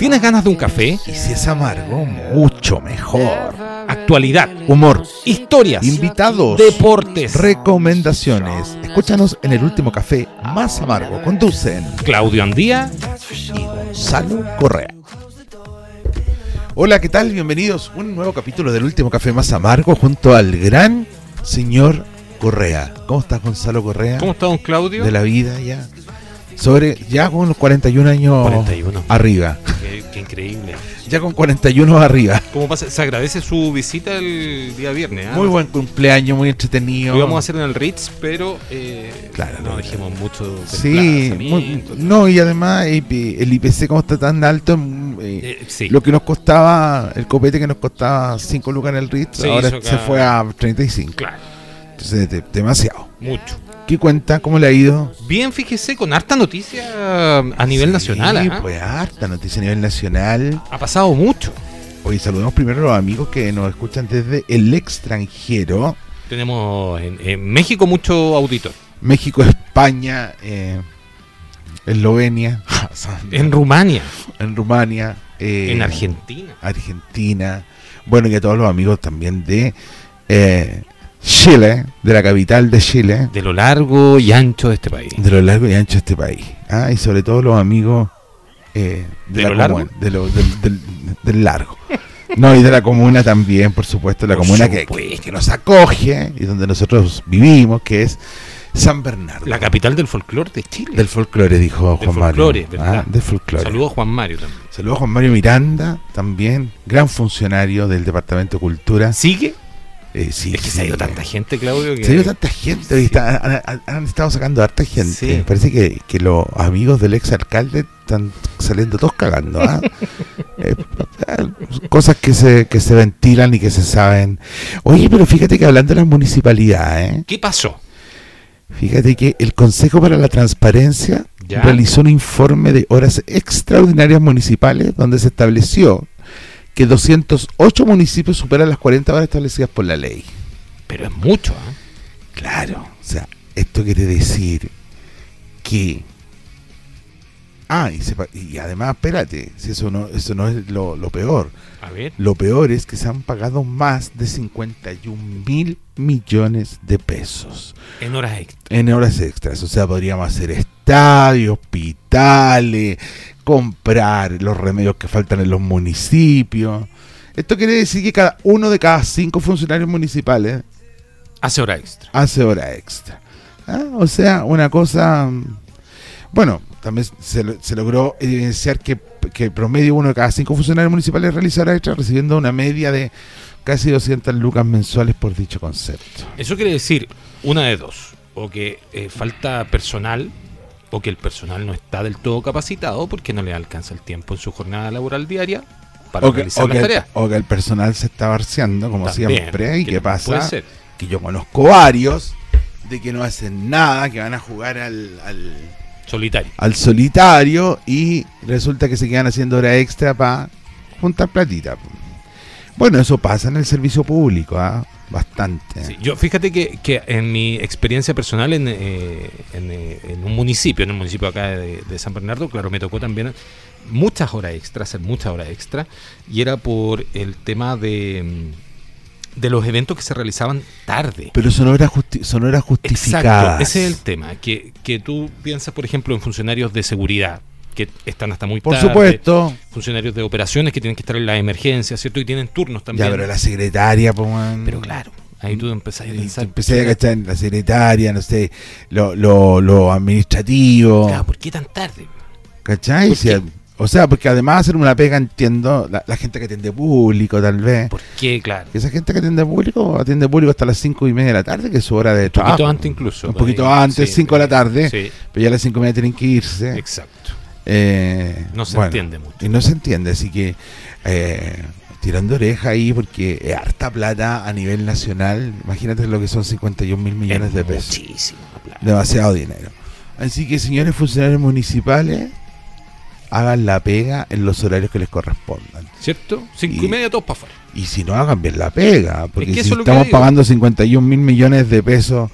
¿Tienes ganas de un café? Y si es amargo, mucho mejor. Actualidad, humor, historias, Invitados, deportes. recomendaciones. Escúchanos en el último café más amargo. Conducen Claudio Andía, Gonzalo Correa. Hola, ¿qué tal? Bienvenidos a un nuevo capítulo del último café más amargo junto al gran señor Correa. ¿Cómo estás, Gonzalo Correa? ¿cómo está don Claudio? De la vida ya. Sobre ya con los 41 años 41. arriba. Qué, qué increíble. Ya con 41 arriba. ¿Cómo pasa? Se agradece su visita el día viernes. ¿ah? Muy buen cumpleaños, muy entretenido. Lo íbamos a hacer en el Ritz, pero eh, Claro, no no. dejemos mucho Sí, muy- desplazamiento. no, y además IP el IPC como está tan alto, mm, eh, Eh, sí. lo que nos costaba, el copete que nos costaba 5 lucas en el Ritz, Se ahora hizo se acá. fue a 35. Claro, Entonces, de- demasiado. mucho. ¿Qué cuenta? ¿Cómo le ha ido? Bien, fíjese, con harta noticia a nivel Sí, nacional. ¿ah? pues harta noticia a nivel nacional. Ha pasado mucho. Hoy saludamos primero a los amigos que nos escuchan desde el extranjero. Tenemos en, en México mucho auditor. México, España, eh, Eslovenia, En Rumania, en Rumania, eh, en Argentina. Argentina. Bueno, y a todos los amigos también de eh, Chile, de la capital de Chile, De lo largo y ancho de este país. de lo largo y ancho de este país. Ah, y sobre todo los amigos eh, ¿De la lo largo? comuna, de lo- del, del- del largo. No, y de la comuna también, por supuesto, la Por comuna que, supuesto. que nos acoge y donde nosotros vivimos, que es San Bernardo. La capital del folclore de Chile. del folclore, dijo Del Juan Mario. folclore, ¿verdad? Ah, del folclore. Saludos a Juan Mario también. Saludos a Juan Mario Miranda, también gran funcionario del Departamento de Cultura. ¿Sigue? Eh, sí, Es que se ha ido sí. tanta gente, Claudio. Que... Se ha ido tanta gente, Sí. está- han, han- han estado sacando harta gente. Sí. Parece que, que los amigos del ex alcalde están saliendo todos cagando. ¿ah? Eh, ah, cosas que se, que se ventilan y que se saben. Oye, pero fíjate que hablando de las municipalidades, ¿eh? ¿Qué pasó? fíjate que el Consejo para la Transparencia Ya. realizó un informe de horas extraordinarias municipales donde se estableció que 208 municipios superan las 40 horas establecidas por la ley. Pero es mucho, ¿ah? Claro, o sea, esto quiere decir que. Ah, y, se pa- y además, espérate, si eso no, eso no es lo, lo peor. A ver. Lo peor es que se han pagado más de 51 mil millones de pesos En horas extra. en horas extras. O sea, podríamos hacer estadios, hospitales, comprar los remedios que faltan en los municipios. Esto quiere decir que cada uno de cada cinco funcionarios municipales Hace hora extra. hace hora extra. Ah, O sea, una cosa... mm, Bueno, también se, lo- se logró evidenciar que, que el promedio uno de cada cinco funcionarios municipales realiza hora extra, recibiendo una media de casi 200 lucas mensuales por dicho concepto. Eso quiere decir una de dos. O que eh, falta personal, o que el personal no está del todo capacitado porque no le alcanza el tiempo en su jornada laboral diaria para O que, realizar o las que- tareas. o que el personal se está barceando, como También, siempre, y que que puede pasa ser. que yo conozco varios de que no hacen nada, que van a jugar al- al, Solitario. al solitario y resulta que se quedan haciendo hora extra para juntar platita. Bueno, eso pasa en el servicio público, ¿ah? bastante. Sí, yo fíjate que, que en mi experiencia personal en, eh, en, eh, en un municipio, en un municipio acá de, de San Bernardo, claro, me tocó también muchas horas extras, hacer muchas horas extra, y era por el tema de, mm, de los eventos que se realizaban tarde. Pero son horas, justi- son horas justificadas. Exacto, ese es el tema, que, que tú piensas, por ejemplo, en funcionarios de seguridad, que están hasta muy Por tarde, supuesto. funcionarios de operaciones que tienen que estar en las emergencias, ¿cierto? Y tienen turnos también. Ya, pero la secretaria, pues, man. Pero claro, ahí tú empezás a Y pensar... Empecé a ¿qué- cachar en la secretaria, no sé, lo, lo, lo administrativo. Claro, ¿por qué tan tarde? ¿Cachai? ¿Por Si qué? al- o sea, porque además hacer una pega, entiendo, la, la gente que atiende público, tal vez. ¿Por qué, claro? Esa gente que atiende público, atiende público hasta las 5 y media de la tarde, que es su hora de Un poquito trabajo. antes incluso. Un por ahí. poquito antes, Sí, 5 de la tarde, Sí, pero ya a las 5 y media tienen que irse. exacto. Eh, No se bueno, entiende mucho. Y no se entiende, así que eh, tirando oreja ahí, porque es harta plata a nivel nacional. Imagínate lo que son 51 mil millones Es de pesos. Muchísimo. claro. Demasiado dinero. Así que, señores funcionarios municipales, hagan la pega en los horarios que les correspondan. ¿Cierto? Cinco y, Y- media, todos para afuera. Y si no, hagan bien la pega, porque que si eso es lo que estamos digo. pagando 51 mil millones de pesos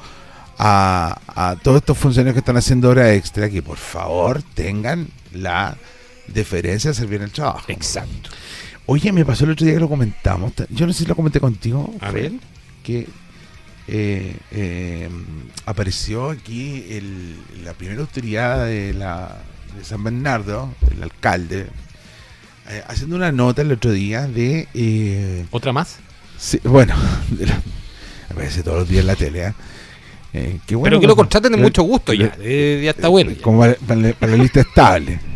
a, a todos estos funcionarios que están haciendo horas extra que por favor tengan la deferencia de servir el trabajo. Exacto. Oye, me pasó el otro día que lo comentamos. Yo no sé si lo comenté contigo. A fue ver. Que eh, eh, apareció aquí el- la primera autoridad de, la, de San Bernardo, el alcalde, eh, haciendo una nota el otro día de. eh, ¿Otra más? sí, bueno, de la- aparece todos los días en la tele. ¿eh? Eh, qué bueno, Pero que lo contraten de que- mucho gusto que- ya. eh, ya está bueno. ya. como para, para la- para la lista estable.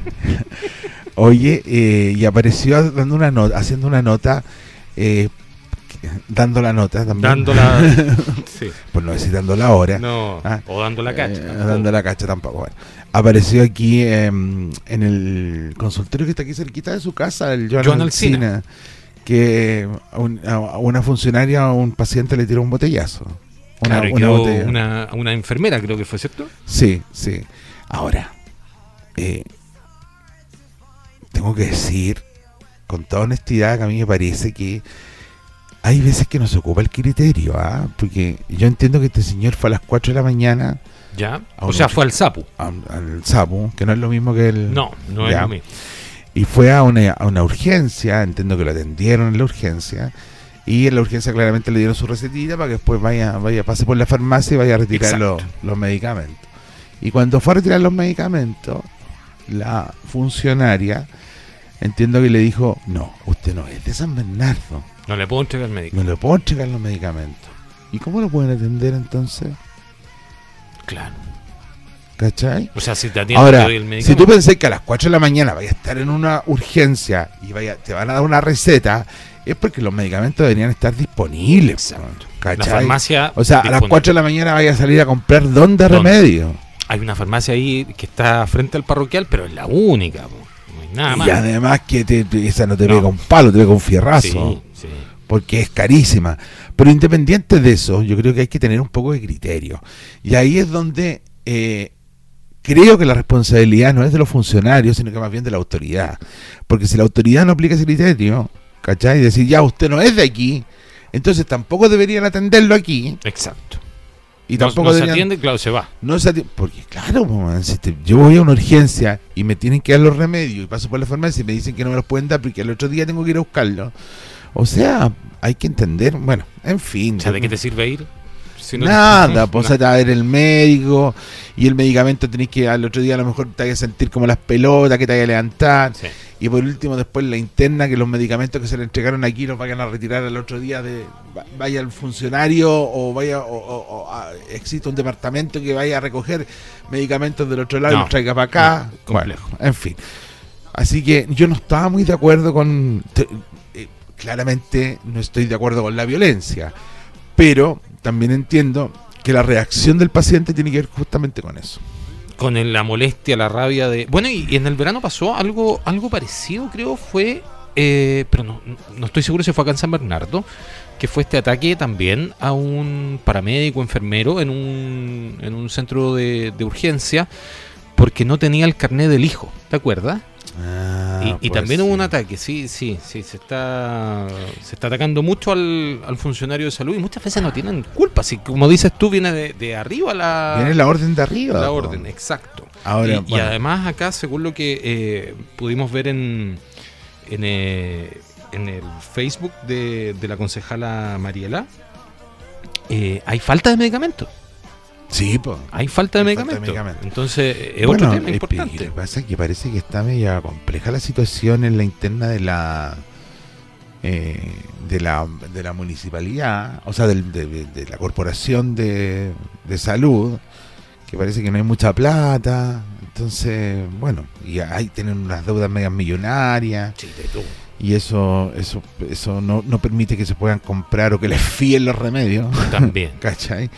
Oye, eh, y apareció dando una nota, haciendo una nota, eh, que- dando la nota también. Dando la. sí. Por no decir dando la hora. No. Ah. O dando la cacha. Eh, dando la cacha tampoco. bueno. Apareció aquí eh, en el consultorio que está aquí cerquita de su casa, el Joan, Joan Alsina, Alsina. que a, un- a una funcionaria, a un paciente le tiró un botellazo. Una, Claro, y una quedó botella. una- una enfermera, creo que fue, ¿cierto? Sí, sí. Ahora, eh, tengo que decir con toda honestidad que a mí me parece que hay veces que nos ocupa el criterio, ¿ah? Porque yo entiendo que este señor fue a las 4 de la mañana Ya. A O un sea, ocho. fue al sapu. a- al sapo, que no es lo mismo que el... No, no es Ya. lo mismo. Y fue a una, a una urgencia, entiendo que lo atendieron en la urgencia. Y en la urgencia claramente le dieron su recetita para que después vaya, vaya, pase por la farmacia y vaya a retirar Exacto. los, los medicamentos. Y cuando fue a retirar los medicamentos, la funcionaria entiendo que le dijo, no, usted no es de San Bernardo, No le puedo entregar al médico. no le puedo entregar los medicamentos. ¿Y cómo lo pueden atender entonces? Claro. ¿Cachai? O sea, si te atiendo, te Ahora, doy el médico. si tú pensás que a las 4 de la mañana vayas a estar en una urgencia y vaya, te van a dar una receta, es porque los medicamentos deberían estar disponibles. Exacto. ¿cachai? La farmacia. o sea, a las dispone. 4 de la mañana vayas a salir a comprar don de Don. remedio. Hay una farmacia ahí que está frente al parroquial, pero es la única. po. No hay nada más. y además que te- te- esa no te No. pega un palo, te pega un fierrazo. sí, sí. porque es carísima. Pero independiente de eso, yo creo que hay que tener un poco de criterio. Y ahí es donde eh, creo que la responsabilidad no es de los funcionarios, sino que más bien de la autoridad. Porque si la autoridad no aplica ese criterio, ¿cachai? Y decir, ya, usted no es de aquí, entonces tampoco deberían atenderlo aquí. Exacto. Y No- tampoco no, se deberían... atiende, claro, se va. No se ati- porque claro, po, man, si te- yo voy a una urgencia y me tienen que dar los remedios y paso por la farmacia y me dicen que no me los pueden dar porque el otro día tengo que ir a buscarlos. O sea, hay que entender, bueno, en fin. O sea, ¿de yo- qué te sirve ir? Si no- Nada, pues o sea, Nada. te va a ver el médico y el medicamento tenés que al otro día a lo mejor te vas a sentir como las pelotas que te vas a levantar. Sí. Y por último, después la interna, que los medicamentos que se le entregaron aquí los vayan a retirar al otro día de va- vaya el funcionario o vaya o, o- o, ah, existe un departamento que vaya a recoger medicamentos del otro lado y No, los traiga para acá. no, complejo. Bueno, en fin. Así que yo no estaba muy de acuerdo con. te- eh, claramente no estoy de acuerdo con la violencia. Pero también entiendo que la reacción del paciente tiene que ver justamente con eso. Con el- la molestia, la rabia de. Bueno, y, y en el verano pasó algo, algo parecido, creo, fue. eh, pero no, no estoy seguro si fue acá en San Bernardo, que fue este ataque también a un paramédico, enfermero, en un, en un centro de, de urgencia, porque no tenía el carnet del hijo, ¿te acuerdas? Ah, Y- pues y también hubo un ataque, Ah, pues sí, sí, sí, se está, se está atacando mucho al, al funcionario de salud y muchas veces no tienen culpa, si como dices tú, viene de, de arriba la, Viene la orden de arriba. pues. la po. orden, exacto. Ahora, y, y bueno. además acá, según lo que eh, pudimos ver en, en, eh, en el Facebook de, de la concejala Mariela, eh, hay falta de medicamentos. Sí, pues. Hay falta de Hay falta medicamentos. de medicamento. Entonces, es Bueno, otro tema eh, importante. Lo que pasa es que parece que está media compleja la situación en la interna de la eh, de la de la municipalidad, o sea, del- de, de- de la corporación de, de salud, que parece que no hay mucha plata. Entonces, bueno, y ahí tienen unas deudas medias millonarias Sí, de todo. y eso eso eso no, no permite que se puedan comprar o que les fíen los remedios, También. ¿cachai?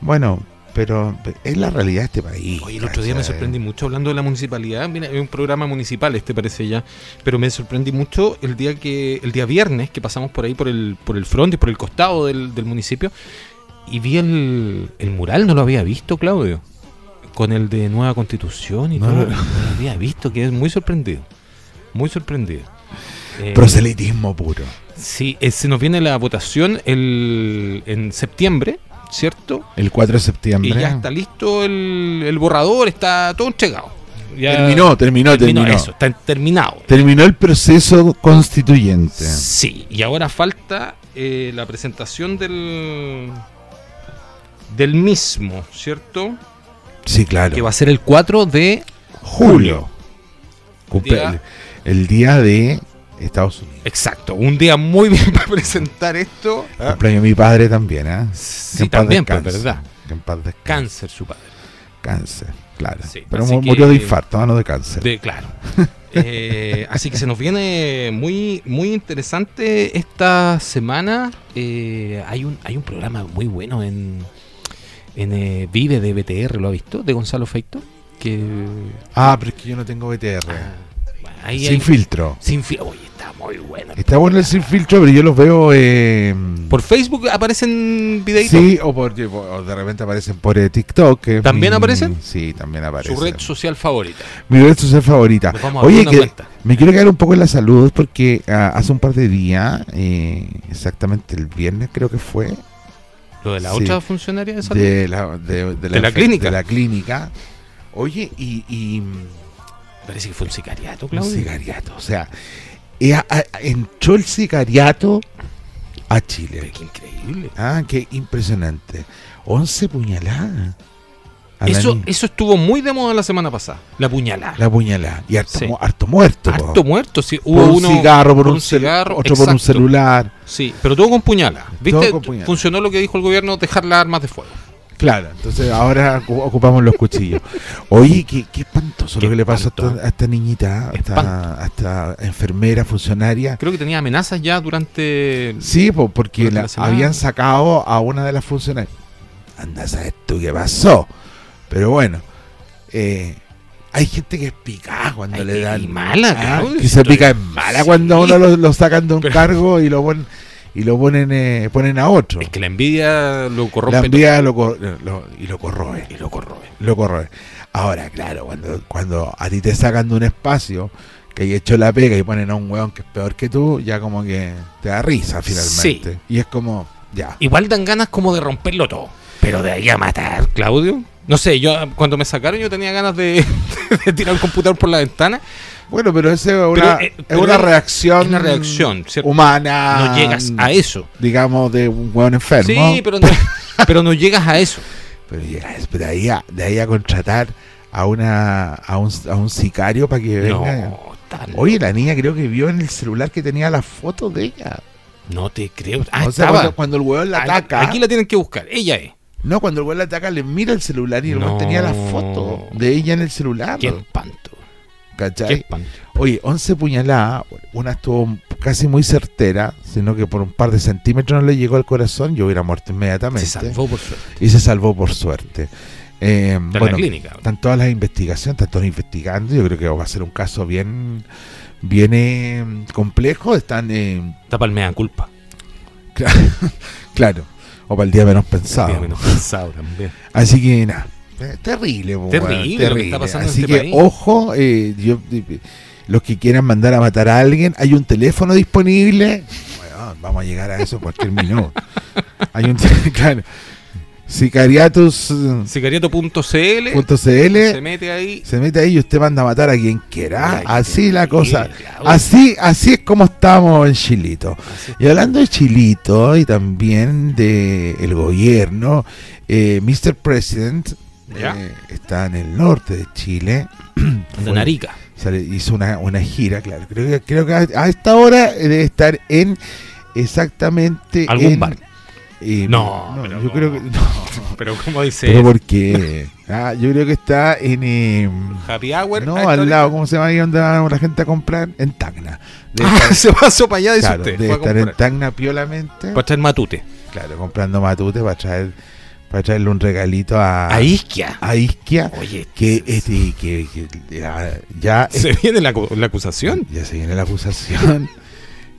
Bueno, pero es la realidad de este país. Oye, el otro día me ¿cachai? sorprendí mucho hablando de la municipalidad. Mira, es un programa municipal, este parece ya. Pero me sorprendí mucho el día que el día viernes que pasamos por ahí por el por el front y por el costado del, del municipio y vi el, el mural, no lo había visto, Claudio. Con el de Nueva Constitución y No, todo. no. No lo había visto, que es muy sorprendido. Muy sorprendido. Eh, Proselitismo puro. Sí, eh, se nos viene la votación el, en septiembre, ¿cierto? El 4 de septiembre. Y ya está listo el, el borrador, está todo entregado. Ya- terminó, terminó, terminó. Eso, está terminado. Terminó el proceso constituyente. Sí, y ahora falta eh, la presentación del del mismo, ¿cierto? Sí, claro. Que va a ser el 4 de Julio. Cumple- Día- El día de Estados Unidos. Exacto, un día muy bien para presentar esto. Cumpleaños de mi padre también, ¿ah? Que Ah. Sí, en paz también, pues, descanse. verdad. Que en paz descanse. Cáncer su padre. Cáncer, claro. Sí, Pero así mu- murió de que- infarto, ah, no de cáncer. De, claro. Eh, así que se nos viene muy, muy interesante esta semana. Eh, hay, un, hay un programa muy bueno en, en eh, Vive de BTR, ¿lo ha visto? De Gonzalo Feito. Que, Ah, pero es que yo no tengo BTR. Ah, bueno, ahí sin hay- filtro. Sin fi- Oye, está muy bueno. Está bueno el sin filtro, pero yo los veo. eh, Por Facebook aparecen videitos. Sí, o, por, o de repente aparecen por eh, TikTok. que es ¿También mi- aparecen? Sí, también aparecen. Su red social favorita. Mi red social favorita. Nos vamos a Oye, abrir una que- cuenta. me quiero quedar un poco en la salud porque ah, hace un par de días, eh, exactamente el viernes creo que fue, Lo de la sí. otra funcionaria de salud. de la, de- de De la enfer- clínica. de la clínica. Oye, y, y Parece que fue un sicariato, un Claudio. sicariato, o sea, eh, a- a- entró el sicariato a Chile. Pero qué increíble. Ah, qué impresionante. 11 puñaladas. A la Eso, niña. eso estuvo muy de moda la semana pasada. La puñalada. La puñalada. Y harto, Sí. mu- harto muerto. po. Harto muerto, sí. por Hubo un uno. cigarro, por, por un, un cel- cigarro, otro por un exacto. celular. Sí, pero todo con puñalada. ¿Viste? con puñalada. Funcionó lo que dijo el gobierno, dejar las armas de fuego. Claro, entonces ahora ocu- ocupamos los cuchillos. Oye, qué, qué espantoso Qué lo que le pasó a espanto. esta, a esta niñita, a esta, a esta enfermera, funcionaria. Creo que tenía amenazas ya durante. Sí, po, porque Durante la- la semana. habían sacado a una de las funcionarias. Anda, ¿sabes tú qué pasó? Pero bueno, eh, hay gente que es picada cuando Ay, le y dan. mala, Ah, Claudio, que si se estoy- pica en mala Sí. cuando a uno lo, lo sacan de un Pero- cargo y lo ponen, y lo ponen, eh, ponen a otro. Es que la envidia lo corrompe. La envía lo cor- lo- y lo corroe. todo. Y lo corroe. Lo corroe. Ahora, claro, cuando, cuando a ti te sacan de un espacio que hay hecho la pega y ponen a un weón que es peor que tú, ya como que te da risa finalmente. Sí. Y es como, ya. Igual dan ganas como de romperlo todo. Pero de ahí a matar, Claudio. No sé, yo cuando me sacaron yo tenía ganas de, de tirar el computador por la ventana. Bueno, pero ese es una, eh, es pero una es- reacción, es una reacción, ¿cierto? um, humana. No llegas a eso. Digamos, de un weón enfermo. Sí, pero no, pero no llegas a eso. Pero llegas de ahí a, de ahí a contratar a una a un, a un sicario para que venga. No, tan- Oye, la niña creo que vio en el celular que tenía la foto de ella. no te creo. Ah, o sea, estaba. cuando, cuando el weón la Aquí- ataca. Aquí la tienen que buscar. Ella es. No, cuando el weón la ataca, le mira el celular y el weón No. tenía la foto de ella en el celular. Qué espanto. Qué ¿Cachai? espanto. Oye, 11 puñaladas. Una estuvo casi muy certera, sino que por un par de centímetros no le llegó al corazón. Yo hubiera muerto inmediatamente. Se salvó por suerte. Y se salvó por suerte. Eh, Está en bueno, la clínica. están todas las investigaciones, están todos investigando. Yo creo que va a ser un caso bien, bien eh, complejo. Están. eh, Está palmea culpa. Claro. O para el día menos pensado. Bien, menos pensado también. Así que nada. eh, Terrible, po, Terrible weón, lo que está pasando en Así este que país. ojo, eh, yo- eh, los que quieran mandar a matar a alguien, hay un teléfono disponible. Weón, vamos a llegar a eso en cualquier minuto. Hay un tel- claro. Sicariatus.cl Sicariato.cl se mete ahí. se mete ahí y usted manda a matar a quien quiera. Ay, Así qué la cosa. terrible, Claudio. Así, así es como estamos en Chilito. Así- Y hablando de Chilito y también de el gobierno, eh, Mr. President Ya. eh, está en el norte de Chile. anda Fue- en Arica. sale- hizo una, una gira, claro. Creo que, creo que a, a esta hora debe estar en exactamente Algún en- bar. eh, No, pero yo no. creo que no. Pero como dice Pero ¿por qué? Ah, yo creo que está en eh, Happy Hour. no a esta al hora- lado, ¿cómo se llama ahí donde va la gente a comprar? En Tacna. Debe Ah, estar- se pasó para allá, dice claro, usted. debe Fue a estar en comprar. Tacna piolamente. Para traer matute. Claro, comprando matute para traer para traerle un regalito a, A Isquia. a Isquia Oye, que, se- este, que, que ya, ya, se viene la, acu- la acusación. ya se viene la acusación.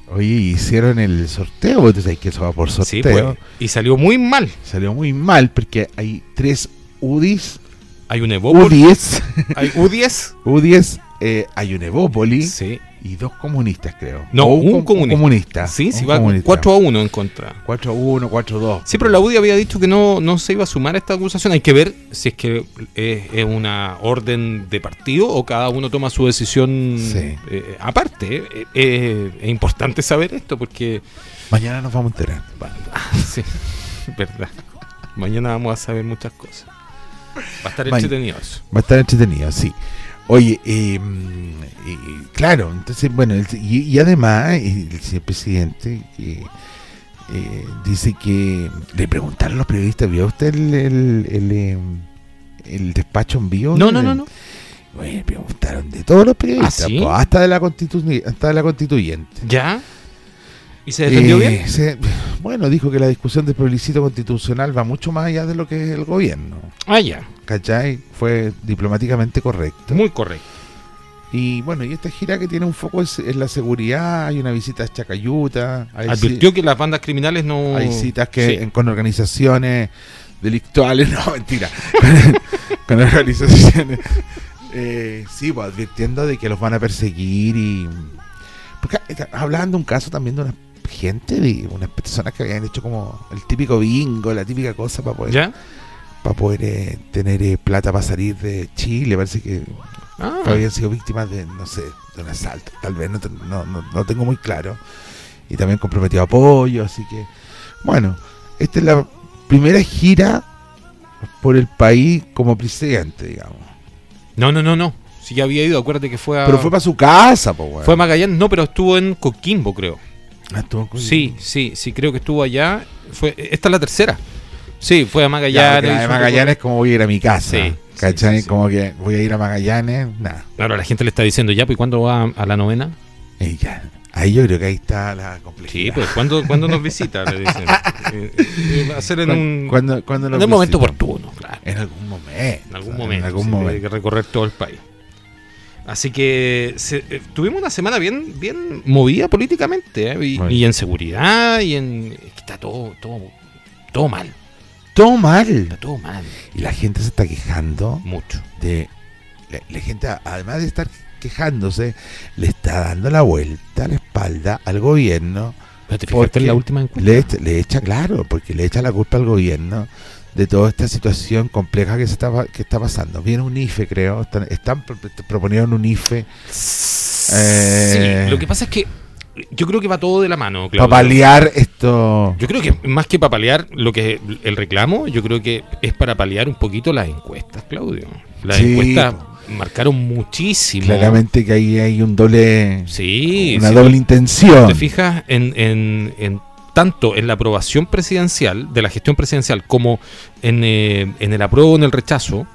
Oye, hicieron el sorteo, porque tú sabes que eso va por sorteo. Sí, pues, y salió muy mal. Salió muy mal porque hay tres UDIs, Hay un Evópolis. U10, Hay U10. U10, eh, hay un Evópoli Sí. y dos comunistas, creo. No, O un com- comunista. Sí, un sí, va comunista. 4 a 1 en contra. 4 a 1, 4 a 2. Sí, pero la UDI había dicho que no, no se iba a sumar a esta acusación. Hay que ver si es que es, es una orden de partido o cada uno toma su decisión Sí. eh, aparte. Eh, eh, es importante saber esto porque... Mañana nos vamos a enterar. Sí, verdad. Mañana vamos a saber muchas cosas. Va a estar Maña- entretenido eso. Va a estar entretenido, sí. Oye, eh, mm, eh, claro, entonces, bueno, el- y, y además eh, el señor presidente que, eh, dice que le preguntaron a los periodistas, ¿vio usted el, el, el, eh, el despacho en vivo? No, no, no, no. Oye, le preguntaron de todos los periodistas, ¿Ah, sí? po, hasta, de la constitu- hasta de la constituyente. ¿Ya? ¿Y se defendió Eh, bien? se- bueno, dijo que la discusión del plebiscito constitucional va mucho más allá de lo que es el gobierno. Ah, ya. ¿Cachai? Fue diplomáticamente correcto. Muy correcto. Y bueno, y esta gira que tiene un foco es, es la seguridad, hay una visita a Chacayuta, hay, ci- Advirtió que las bandas criminales no... hay citas que Sí. en- con organizaciones delictuales, no, mentira, con organizaciones, eh, sí, pues, advirtiendo de que los van a perseguir y... Porque está- hablaban de un caso también de una gente, de unas personas que habían hecho como el típico bingo, la típica cosa para poder, ¿Ya? para poder eh, tener eh, plata para salir de Chile, parece que Ah, que habían sido víctimas de, no sé, de un asalto, tal vez, no, te- no, no, no tengo muy claro. Y también comprometido apoyo, así que, bueno, esta es la primera gira por el país como presidente, digamos. No, no, no, no. Si ya había ido, acuérdate que fue a... Pero fue para su casa, pues, Ah. fue a Magallanes, no, pero estuvo en Coquimbo, creo. Ah, Sí, sí, sí, creo que estuvo allá. Fue, esta es la tercera. Sí, fue a Magallanes. Magallanes, hizo un poco- Magallanes como voy a ir a mi casa. Sí, ¿Cachai? sí, sí. Como que voy a ir a Magallanes, nada. Claro, la gente le está diciendo, ya, pues ¿cuándo va a, a la novena? Y ya. Ahí yo creo que ahí está la complejidad. Sí, pues ¿cuándo, ¿cuándo nos visita? Le dicen. Eh, eh, va a ser en un, Cuando- cuando lo en un momento visito. oportuno, claro. En algún momento. En algún momento. En algún sí, momento. Hay que recorrer todo el país. Así que se- eh, tuvimos una semana bien, bien movida políticamente, ¿eh? y, Bueno. y en seguridad, y en... es que Está todo, todo, todo mal, Todo mal. está todo mal, Y la gente se está quejando mucho. de. La, la gente, a- además de estar quejándose, le está dando la vuelta a la espalda al gobierno. Pero te ¿Por fijaste en qué? la última encuesta. Le, echa- le echa, claro, porque le echa la culpa al gobierno de toda esta situación compleja que se está, pa- que está pasando. Viene un IFE, creo. Están, están pro- proponiendo un E IFE Eh. Sí, lo que pasa es que yo creo que va todo de la mano, para Claudio. paliar esto. Yo creo que más que para paliar lo que el reclamo, yo creo que es para paliar un poquito las encuestas, Claudio. Las Sí, encuestas po. marcaron muchísimo. Claramente que ahí hay un doble. Sí, una si doble tú intención. te fijas en, en- en tanto en la aprobación presidencial, de la gestión presidencial, como en, eh, en el apruebo o en el rechazo,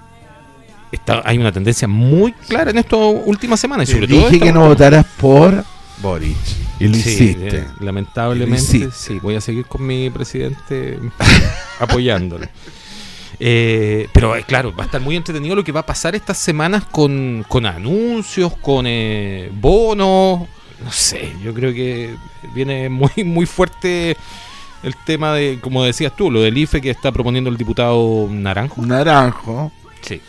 está, hay una tendencia muy clara en estas últimas semanas. Y Te sobre todo dije esta que no última. votaras por Boric. Y lo Sí, hiciste. eh, lamentablemente, Lo hiciste. sí. Voy a seguir con mi presidente apoyándolo. Eh, pero eh, claro, va a estar muy entretenido lo que va a pasar estas semanas con, con anuncios, con eh, bonos. No sé, yo creo que viene muy, muy fuerte el tema de, como decías tú, lo del IFE que está proponiendo el diputado Naranjo. Naranjo. Sí.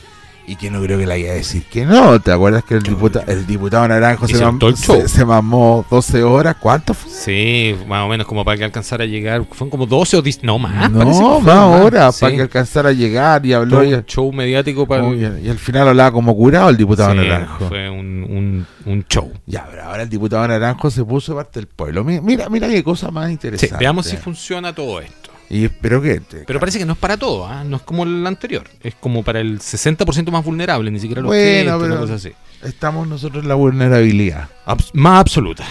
Y que no creo que la iba a decir que no. ¿Te acuerdas que el, diputa- el diputado Naranjo se, Hicieron mam- todo el show. se, se mamó 12 horas? ¿Cuánto fue? Sí, más o menos como para que alcanzara a llegar. Fueron como 12 o 10. No, más. Ah, parece que no, fueron más horas sí. para que alcanzara a llegar y habló. Todo Y, un show mediático para oh, y- y al final hablaba como curado el diputado Sí, Naranjo. Fue un, un- un show. Ya, pero ahora el diputado Naranjo se puso parte del pueblo. Mi- Mira, mira qué cosa más Sí, interesante. veamos si funciona todo esto. Y espero que. te- Pero parece que no es para todo, ¿ah? no es como el anterior. Es como para el 60% más vulnerable, ni siquiera los Bueno, bueno, pero- una cosa así. Estamos nosotros en la vulnerabilidad. Abs- más absoluta.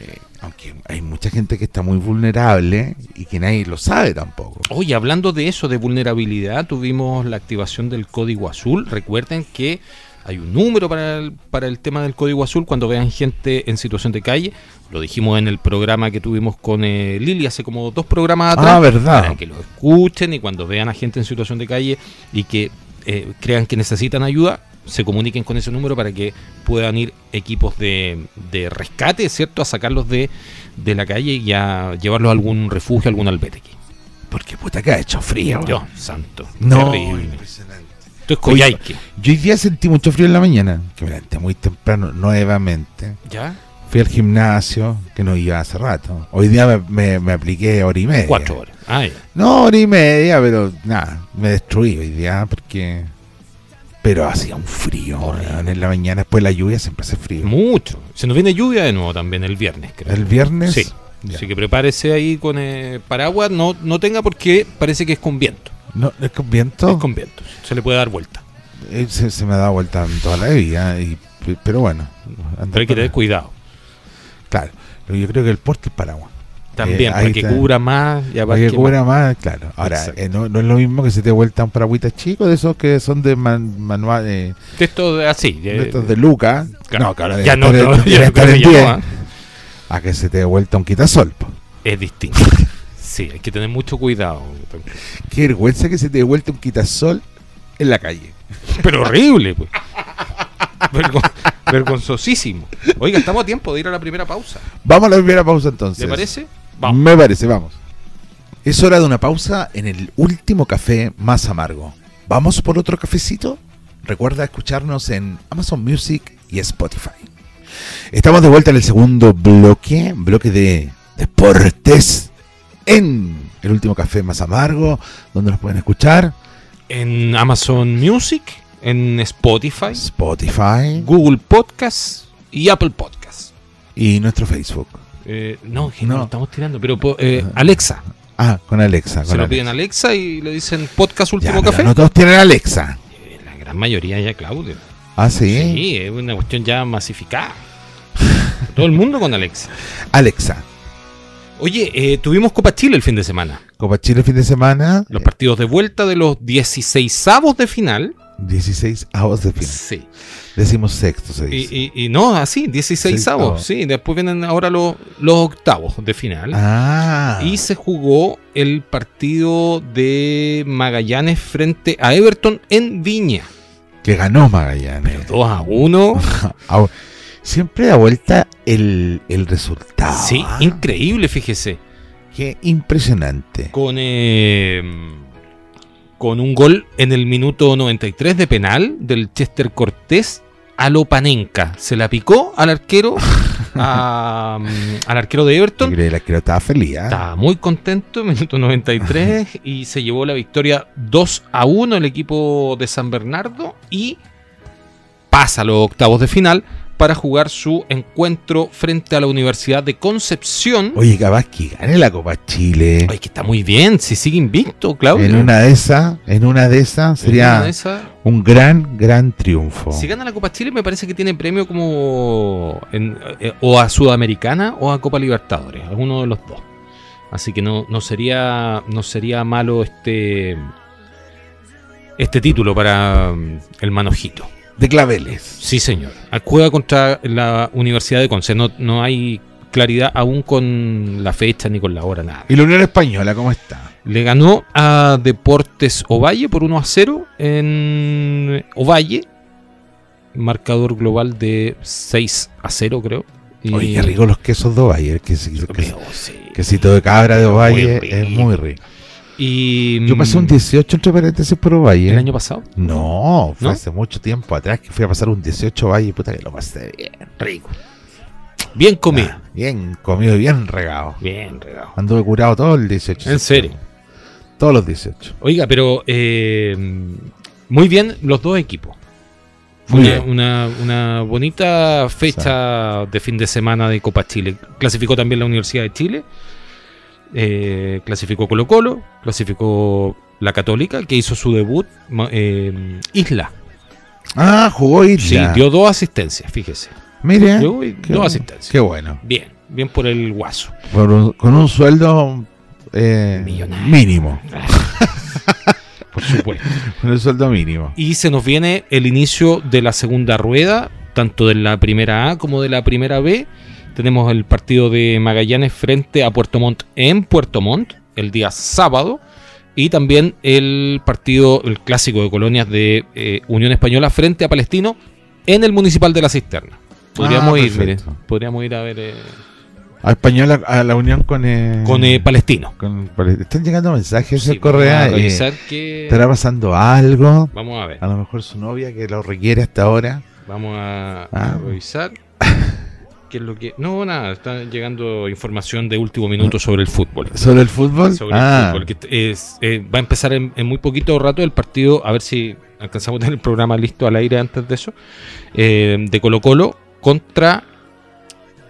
Eh, aunque hay mucha gente que está muy vulnerable y que nadie lo sabe tampoco. Oye, hablando de eso, de vulnerabilidad, tuvimos la activación del código azul. Recuerden que hay un número para el, para el tema del código azul cuando vean gente en situación de calle. Lo dijimos en el programa que tuvimos con eh, Lili hace como dos programas atrás. Ah, verdad. Para que lo escuchen y cuando vean a gente en situación de calle y que eh, crean que necesitan ayuda, se comuniquen con ese número para que puedan ir equipos de, de rescate, ¿cierto? A sacarlos de, de la calle y a llevarlos a algún refugio, a algún albergue. Porque puta que ha hecho frío. Dios santo. No. Terrible. impresionante. Esto es Coyhaique. Yo hoy día sentí mucho frío en la mañana. Que me levanté muy temprano, nuevamente. ¿Ya? Fui al gimnasio, que no iba hace rato. Hoy día me, me- me apliqué hora y media. Cuatro horas. Ah, ya. No, hora y media, pero nada, me destruí hoy día porque... Pero hacía un frío weón, en la mañana, después de la lluvia siempre hace frío. Mucho. Se nos viene lluvia de nuevo también el viernes, creo. ¿El viernes? Sí. Ya. Así que prepárese ahí con eh, paraguas. No, no tenga porque parece que es con viento. No, ¿Es con viento? Es con viento. Se le puede dar vuelta. Eh, Se, se me ha dado vuelta en toda la vida, y, pero bueno. andar Pero hay que con- tener cuidado. Claro, pero yo creo que el porte es paraguas. También, Eh, para ahí que está. cubra más. y Para que abarque cubra más, claro. Ahora, Exacto. eh, no, no es lo mismo que se te vuelta un paraguita chico de esos que son de man- manual, eh, más. De estos de- así. de- de estos de Luca. claro. No, claro, ya debe no, estar no, en- ya debe no, estar creo en que ya no, 10, ¿ah? A que se te vuelta un quitasol. po. Es distinto. Sí, hay que tener mucho cuidado. Qué vergüenza que se te vuelta un quitasol en la calle. Pero horrible, pues. Vergon- vergonzosísimo. Oiga, estamos a tiempo de ir a la primera pausa. Vamos a la primera pausa entonces. ¿Le parece? Vamos. Me parece, vamos. Es hora de una pausa en el último café más amargo. ¿Vamos por otro cafecito? Recuerda escucharnos en Amazon Music y Spotify. Estamos de vuelta en el segundo bloque, bloque de deportes en el último café más amargo, donde nos pueden escuchar En Amazon Music, en Spotify, Spotify Google Podcast y Apple Podcast. y nuestro Facebook. Eh, no, que no No. lo estamos tirando, pero po- eh, Alexa. Ah, con Alexa. Se con lo Alexa. piden a Alexa y le dicen podcast Ya, último pero café. No todos tienen Alexa. Eh, La gran mayoría ya, Claudio. Ah, sí. Sí, es una cuestión ya masificada. Todo el mundo con Alexa. Alexa. Oye, eh, tuvimos Copa Chile el fin de semana. Copa Chile fin de semana. Los partidos de vuelta de los 16 avos de final. 16 avos de final. Sí. Decimos sexto, se dice. Y, y- y no, así, 16 avos. Sextavos. Sí, después vienen ahora los, los octavos de final. ah, Y se jugó el partido de Magallanes frente a Everton en Viña. que ganó Pero Magallanes. 2 a 1. Au- Siempre da vuelta el, el resultado. Sí, Ah, increíble, fíjese. Qué impresionante. Con, eh, con un gol en el minuto 93 de penal del Chester Cortés a Lopanenka. Se la picó al arquero, a, mm, al arquero de Yo Everton. creo que el arquero estaba feliz. ¿ah? Estaba muy contento, minuto 93, y se llevó la victoria 2 a 1 el equipo de San Bernardo y pasa a los octavos de final para jugar su encuentro frente a la Universidad de Concepción. Oye, capaz que gane la Copa Chile. Ay, que está muy bien, si sigue invicto, Claudio. en una de esas, en una de esas En sería una de esas. un gran, gran triunfo. Si gana la Copa Chile, me parece que tiene premio como en- eh, o a Sudamericana o a Copa Libertadores, alguno de los dos. Así que no, no sería no sería malo este este título para mm, el manojito. De claveles. Sí, señor. A- Juega contra la Universidad de Conce. No, no hay claridad aún con la fecha ni con la hora, nada. ¿Y la Unión Española cómo está? Le ganó a Deportes Ovalle por 1 a 0 en Ovalle. Marcador global de 6 a 0, creo. Y- Oye, qué rico los quesos de Ovalle. Que, que- Pero sí. quesito de cabra de Ovalle rico. es muy rico. Y, Yo pasé un ¿eh? mm, 18 entre paréntesis por Ovalle. el año pasado. No, fue ¿No? hace mucho tiempo atrás que fui a pasar un 18 valle, puta que lo pasé bien. Rico. Bien comido. Ah, bien comido, bien regado. Bien regado. Anduve curado todo el 18. En serio. Todos los 18. Oiga, pero eh, muy bien los dos equipos. Fue Muy una, bien. una- una bonita fecha de fin de semana de Copa Chile. Clasificó también la Universidad de Chile. eh, clasificó Colo Colo. Clasificó la Católica, que hizo su debut. ma- eh, Isla. Ah, jugó Sí, Isla. dio dos asistencias, fíjese. Mire, Dio dos qué, bueno. asistencias. Qué bueno. Bien, bien por el guaso. Por un- con un sueldo eh, Millonario. mínimo. por supuesto. Con un sueldo mínimo. Y se nos viene el inicio de la segunda rueda, tanto de la primera A como de la primera B. Tenemos el partido de Magallanes frente a Puerto Montt en Puerto Montt el día sábado. Y también el partido, el clásico de colonias de eh, Unión Española frente a Palestino en el Municipal de la Cisterna. Podríamos Ah, ir, mire, perfecto. podríamos ir a ver eh, A Española, a la unión con. eh, con eh, Palestino. con- Están llegando mensajes Sí, de Correa. vamos a eh, revisar que- ¿Estará pasando algo? Vamos a ver, A lo mejor su novia que lo requiere hasta ahora. vamos a, a Ah. revisar qué es lo que. No, nada, está llegando información de último minuto sobre el fútbol. ¿Sobre el fútbol? Sobre ah, el fútbol, que es- eh, va a empezar en, en muy poquito rato el partido, a ver si alcanzamos a tener el programa listo al aire antes de eso, eh, de Colo Colo contra.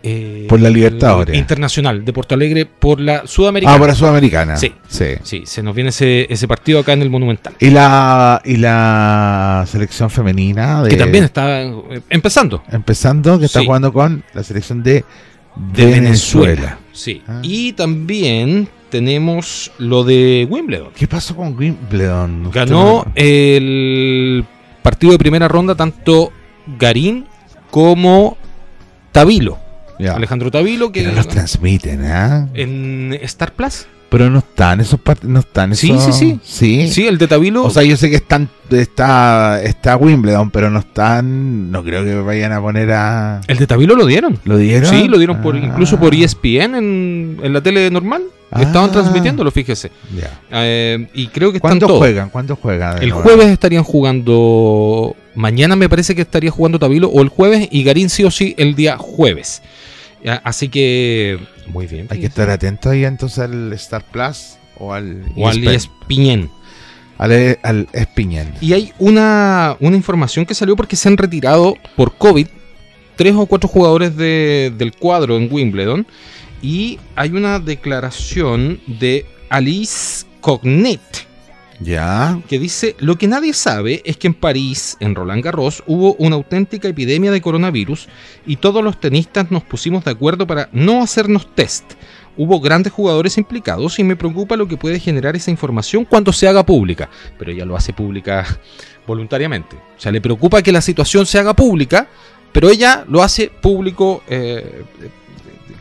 eh, Por la Libertadores. el Internacional de Porto Alegre por la Sudamericana. ah, para Sudamericana. Sí. sí. Sí, se nos viene ese, ese partido acá en el Monumental. Y la, y la selección femenina de, Que también está eh, empezando. empezando, que está Sí. jugando con la selección de, de Venezuela. Venezuela. Sí. Ah. Y también tenemos lo de Wimbledon. ¿Qué pasó con Wimbledon? Usted Ganó eh, no- el partido de primera ronda tanto Garín como Tabilo. Ya. Alejandro Eh. Tabilo que Que no los transmiten, ¿ah? en Star Plus. Pero no están esos partidos, no están Sí, esos... sí, sí. Sí, el de Tabilo. O sea, yo sé que están, está, está Wimbledon, pero no están, no creo que vayan a poner a... el de Tabilo lo dieron. ¿Lo dieron? Sí, lo dieron por Ah, incluso por E ESPN en, en la tele normal. Ah. Estaban transmitiéndolo, fíjese. ya. Eh, y creo que están ¿Cuándo todos. juegan? ¿Cuándo juegan? de El nuevo? jueves estarían jugando. Mañana me parece que estaría jugando Tabilo o el jueves y Garín sí o sí el día jueves. Ya, Así que. Muy bien. Hay que estar atento ahí entonces al Star Plus o al... E O al E ESPN. ESPN. Al, E- al Espiñán. Y hay una, una información que salió porque se han retirado por COVID tres o cuatro jugadores de- del cuadro en Wimbledon. Y hay una declaración de Alice Cognet, Ya. que dice, lo que nadie sabe es que en París, en Roland Garros, hubo una auténtica epidemia de coronavirus y todos los tenistas nos pusimos de acuerdo para no hacernos test. Hubo grandes jugadores implicados y me preocupa lo que puede generar esa información cuando se haga pública. Pero ella lo hace pública voluntariamente. O sea, le preocupa que la situación se haga pública, pero ella lo hace público eh,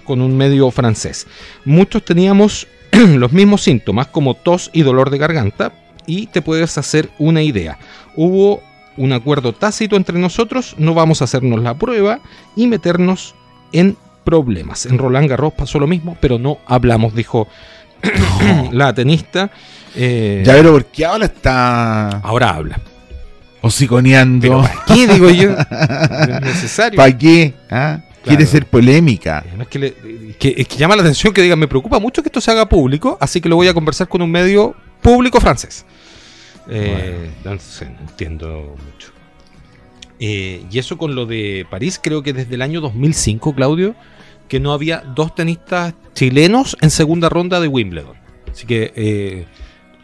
con un medio francés. Muchos teníamos los mismos síntomas como tos y dolor de garganta, y te puedes hacer una idea. Hubo un acuerdo tácito entre nosotros, no vamos a hacernos la prueba y meternos en problemas. En Roland Garros pasó lo mismo, pero no hablamos, dijo la tenista. Eh, Ya, pero ¿por qué ahora está ahora habla. Pero hociconeando? ¿para qué digo yo? No es necesario. ¿Para qué? ¿Ah? Quiere Claro. ser polémica. Además Ah, que, le- que- es que llama la atención que diga, me preocupa mucho que esto se haga público, así que lo voy a conversar con un medio público francés. Eh, entonces, no entiendo mucho. Eh, y eso con lo de París, creo que desde el año 2005, Claudio, que no había dos tenistas chilenos en segunda ronda de Wimbledon. Así que eh,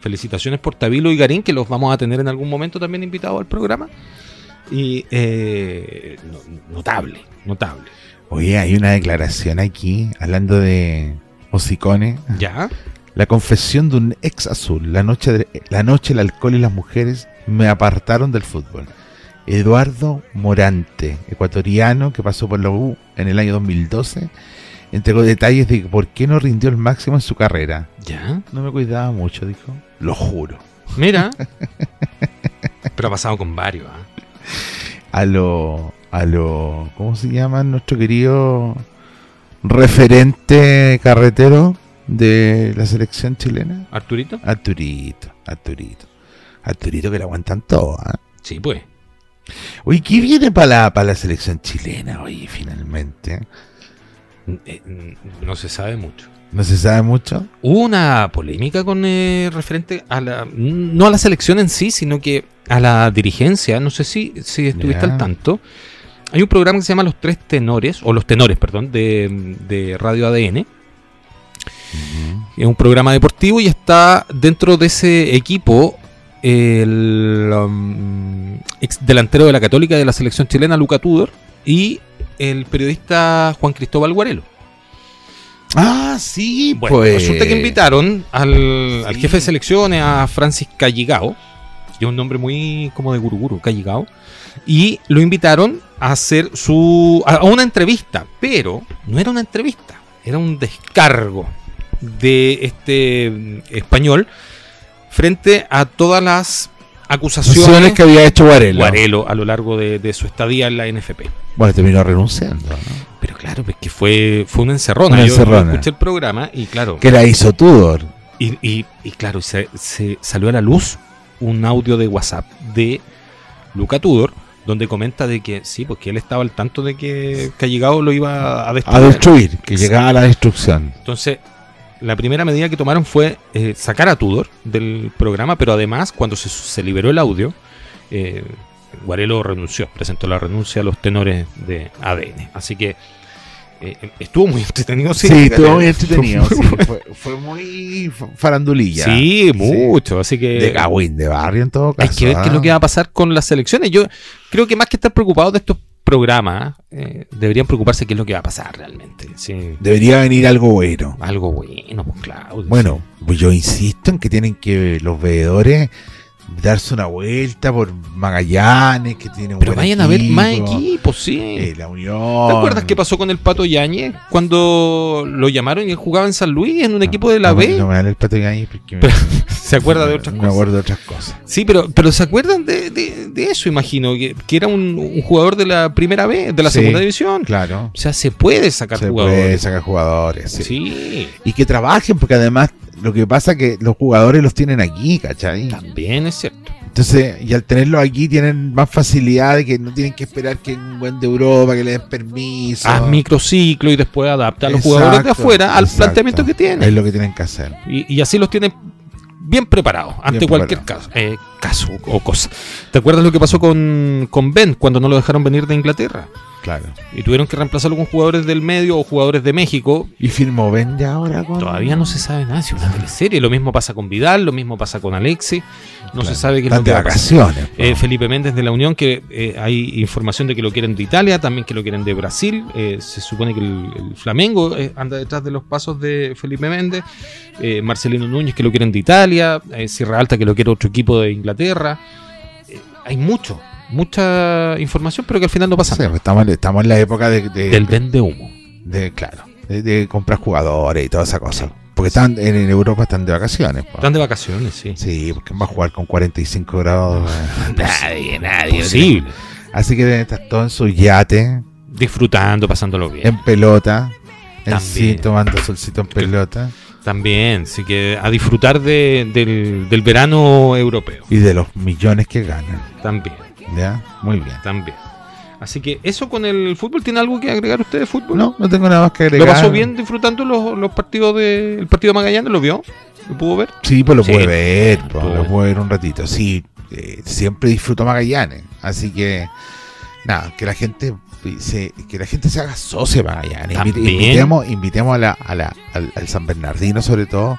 felicitaciones por Tabilo y Garín, que los vamos a tener en algún momento también invitados al programa. Y eh, no- notable, notable. Oye, hay una declaración aquí hablando de hocicones. ¿Ya? La confesión de un ex azul. La noche, de- la noche, el alcohol y las mujeres me apartaron del fútbol. Eduardo Morante, ecuatoriano que pasó por la U en el año 2012, entregó detalles de por qué no rindió el máximo en su carrera. ¿Ya? No me cuidaba mucho, dijo. Lo juro. Mira. Pero ha pasado con varios. ¿ah? A lo, a lo, ¿cómo se llama nuestro querido referente carretero de la selección chilena? ¿Arturito? Arturito, Arturito. Arturito que le aguantan todo. ¿ah? Sí, pues. Oye, ¿qué viene para la, para la selección chilena hoy finalmente? N- eh, n- No se sabe mucho. ¿No se sabe mucho? Hubo una polémica con eh, referente a la. mm, No a la selección en sí, sino que a la dirigencia. No sé si, si estuviste Ya. al tanto. Hay un programa que se llama Los Tres Tenores, o Los Tenores, perdón, de, de Radio ADN. Es un programa deportivo y está dentro de ese equipo el um, ex delantero de la Católica de la selección chilena, Luca Tudor, y el periodista Juan Cristóbal Guarelo. Ah, sí, Bueno, pues. resulta que invitaron al, al Sí. jefe de selecciones, a Francis Calligao, que es un nombre muy como de guruguru, Calligao, y lo invitaron a hacer su. a a una entrevista, pero no era una entrevista, era un descargo de este mm, español frente a todas las acusaciones Acciones que había hecho Varela. Guarelo a lo largo de, de su estadía en la NFP. Bueno, terminó renunciando. ¿no? Pero claro, pues que fue, fue una encerrona. Una Yo- yo encerrona. escuché el programa y claro. eh. Que la hizo Tudor. Y, y- y claro, se, se salió a la luz un audio de WhatsApp de Luca Tudor donde comenta de que sí, porque él estaba al tanto de que Callegado lo iba a A destruir. destruir, que llegaba a la destrucción. Entonces, la primera medida que tomaron fue eh, sacar a Tudor del programa, pero además, cuando se, se liberó el audio, eh, Guarelo renunció, presentó la renuncia a los tenores de ADN. Así que eh, estuvo muy entretenido. Sí, estuvo muy entretenido. sí, fue, fue muy fa- farandulilla. Sí, mucho. Así que. De Gawin, de barrio en todo Hay caso. ¿eh? que ver qué es lo que va a pasar con las elecciones. Yo creo que más que estar preocupados de estos programas, eh, deberían preocuparse qué es lo que va a pasar realmente. Sí. Debería venir algo bueno. Algo bueno, pues Claudio. Bueno, pues yo insisto en que tienen que los veedores darse una vuelta por Magallanes, que tienen un Pero buen vayan a ver más equipo, equipos, sí. eh, la Unión. ¿Te acuerdas qué pasó con el Pato Yañez cuando lo llamaron y él jugaba en San Luis Ah, en un equipo de la No, B? No me dan el pato de ahí porque me- Pero- ¿Se acuerda de otras me cosas? acuerdo de otras cosas. Sí, pero, pero ¿se acuerdan de, de- de eso, imagino? Que, que era un, un jugador de la primera B, de la Sí. segunda división. Claro. O sea, se puede sacar Se puede jugadores. sacar jugadores. sí. sí. Y que trabajen, porque además lo que pasa es que los jugadores los tienen aquí, ¿cachai? También es cierto. Entonces, y al tenerlos aquí tienen más facilidad de que no tienen que esperar que un buen de Europa que le den permiso. Haz Ah, microciclo y después adapta a los Exacto, jugadores de afuera al exacto. planteamiento que Es tienen. lo que tienen que hacer. Y, y así los tienen bien preparados ante Bien cualquier caso, eh, caso o cosa. ¿Te acuerdas lo que pasó con, con Ben cuando no lo dejaron venir de Inglaterra? Claro. Y tuvieron que reemplazarlo con jugadores del medio o jugadores de México. ¿Y firmó Ben ya ahora con.? Todavía no se sabe nada, si una teleserie. Lo mismo pasa con Vidal, lo mismo pasa con Alexis. No se sabe qué es Están lo que de va a pasar. vacaciones. pues. po. Eh, Felipe Méndez de la Unión, que eh, hay información de que lo quieren de Italia, también que lo quieren de Brasil. Eh, se supone que el, el Flamengo eh, anda detrás de los pasos de Felipe Méndez. Eh, Marcelino Núñez, que lo quieren de Italia. Eh, Sierra Alta, que lo quiere otro equipo de Inglaterra. Eh, hay mucho, mucha información, pero que al final no pasa Sí, nada. pues estamos, estamos en la época de. de- Del vende humo. de- claro. De, de comprar jugadores y toda esa cosa. Porque están en, en Europa están de vacaciones. po. Están de vacaciones, sí. Sí, porque va a jugar con 45 grados. eh. Nadie, nadie. Sí, Así que deben estar todos en su yate, disfrutando, pasándolo bien. en pelota. En También. sí, tomando solcito en pelota. También, sí que a disfrutar de- del, del verano europeo. Y de los millones que ganan. También, ¿Ya? Muy bien. también. Así que eso con el fútbol, ¿tiene algo que agregar usted de fútbol? No, no tengo nada más que ¿Lo agregar. pasó bien disfrutando los, los partidos de, el partido de Magallanes? ¿Lo vio? ¿Lo pudo ver? Sí, pues lo Sí. pude ver, Pude pues, lo ver. pude ver un ratito. Sí, eh, siempre disfruto Magallanes, así que nada, que la gente se, que la gente se haga socia de Magallanes. Invi- También. Invitemos, invitemos a la, a la- al, al San Bernardino sobre todo,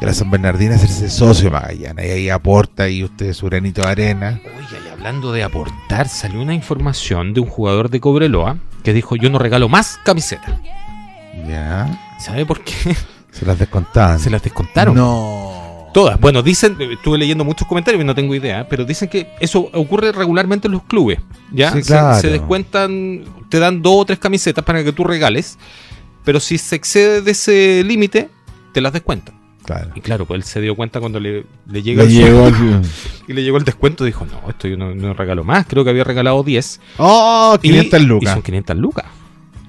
y a la San Bernardina a hacerse socio de Magallanes. Y ahí aporta y usted su granito de arena. Oiga, y hablando de aportar, salió una información de un jugador de Cobreloa que dijo, yo no regalo más camisetas. Ya. ¿Sabe por qué? Se las descontaban. Se las descontaron. No. Todas. Bueno, dicen, eh, estuve leyendo muchos comentarios y no tengo idea, pero dicen que eso ocurre regularmente en los clubes. ¿Ya? Sí, Se- claro. se, descuentan, te dan dos o tres camisetas para que tú regales, pero si se excede de ese límite, te las descuentan. Claro. Y claro, pues él se dio cuenta cuando le, le llega Le el llegó sueldo el- y le llegó el descuento, dijo, no, esto yo no, no regalo más, creo que había regalado 10. ¡Oh! Y- 500 Y lucas. son 500 lucas.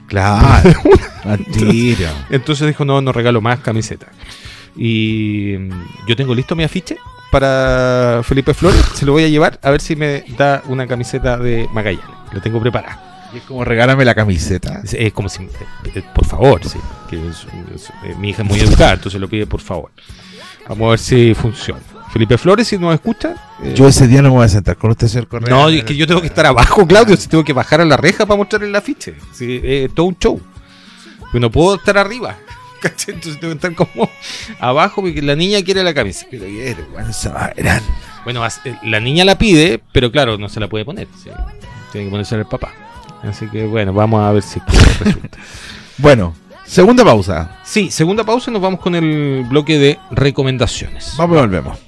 Claro. Mentira. Entonces dijo, no, no regalo más camisetas. Y mm, yo tengo listo mi afiche para Felipe Flores. Se lo voy a llevar a ver si me da una camiseta de Magallanes. La tengo preparada. Y es como regálame la camiseta. Es, es como si, eh, eh, por favor, sí, que es- es- eh, mi hija es muy educada, entonces lo pide por favor. Vamos a ver si funciona. Felipe Flores, si nos escucha. eh, Yo ese día no me voy a sentar con usted, señor Correa. no, es que yo tengo que estar abajo, Claudio. Si tengo que bajar a la reja para mostrar el afiche. Sí, es todo un show. Yo no puedo estar arriba. ¿cachai? Entonces tengo que estar como abajo porque la niña quiere la camisa. Pero qué vergüenza más grande. Bueno, as- eh, la niña la pide, pero claro, no se la puede poner. sí. Tiene que ponerse el papá. Así que bueno, vamos a ver si es que resulta. Bueno, segunda pausa. Sí, segunda pausa y nos vamos con el bloque de recomendaciones. Vamos y volvemos.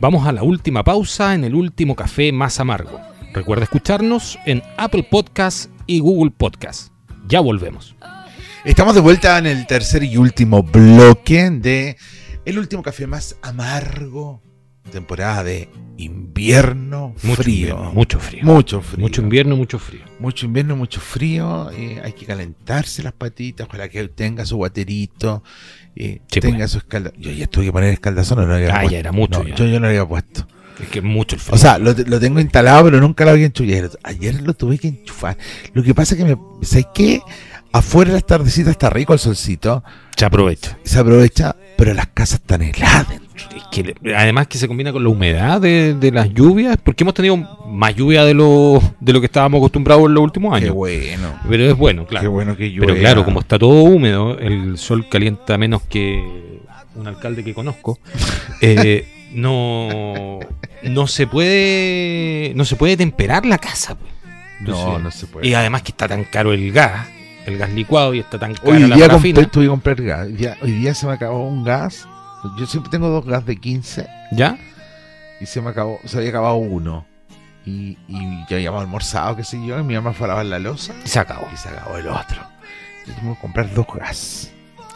Vamos a la última pausa en el último café más amargo. Recuerda escucharnos en Apple Podcast y Google Podcast. Ya volvemos. Estamos de vuelta en el tercer y último bloque de El último café más amargo. Temporada de invierno Mucho frío. invierno, mucho frío. Mucho frío. Mucho invierno, mucho frío. Mucho invierno, mucho frío. eh, hay que calentarse las patitas. Ojalá que tenga su guaterito. eh, Sí, pues. tenga su escalda. Yo ya tuve que poner escaldazón. No lo había Ah, ya puesto. era mucho, No, ya. Yo, yo no lo había puesto. Es que es mucho el frío. O sea, lo, lo tengo instalado, pero nunca lo había enchufado. Ayer lo tuve que enchufar. Lo que pasa es que me. ¿Sabes qué? Afuera las tardecitas está rico el solcito. se aprovecha. Se aprovecha, pero las casas están heladas. Es que le- además que se combina con la humedad de, de las lluvias, porque hemos tenido más lluvia de lo, de lo que estábamos acostumbrados en los últimos Qué años. bueno. Pero es bueno, Qué claro. bueno que llueva. Pero claro, como está todo húmedo, el sol calienta menos que un alcalde que conozco. eh, no, no se puede, no se puede temperar la casa. pues. No, Entonces, no se Y puede. además que está tan caro el gas, el gas licuado y está tan cara Hoy la día parafina. compré- tuve que comprar gas. Hoy día, hoy día se me acabó un gas. Yo siempre tengo dos gas de 15 ¿Ya? y se me acabó, se había acabado uno. Y, y yo habíamos almorzado, qué sé yo, y mi mamá fue a lavar la losa Se acabó. y se acabó el otro. Yo tengo que comprar dos gas.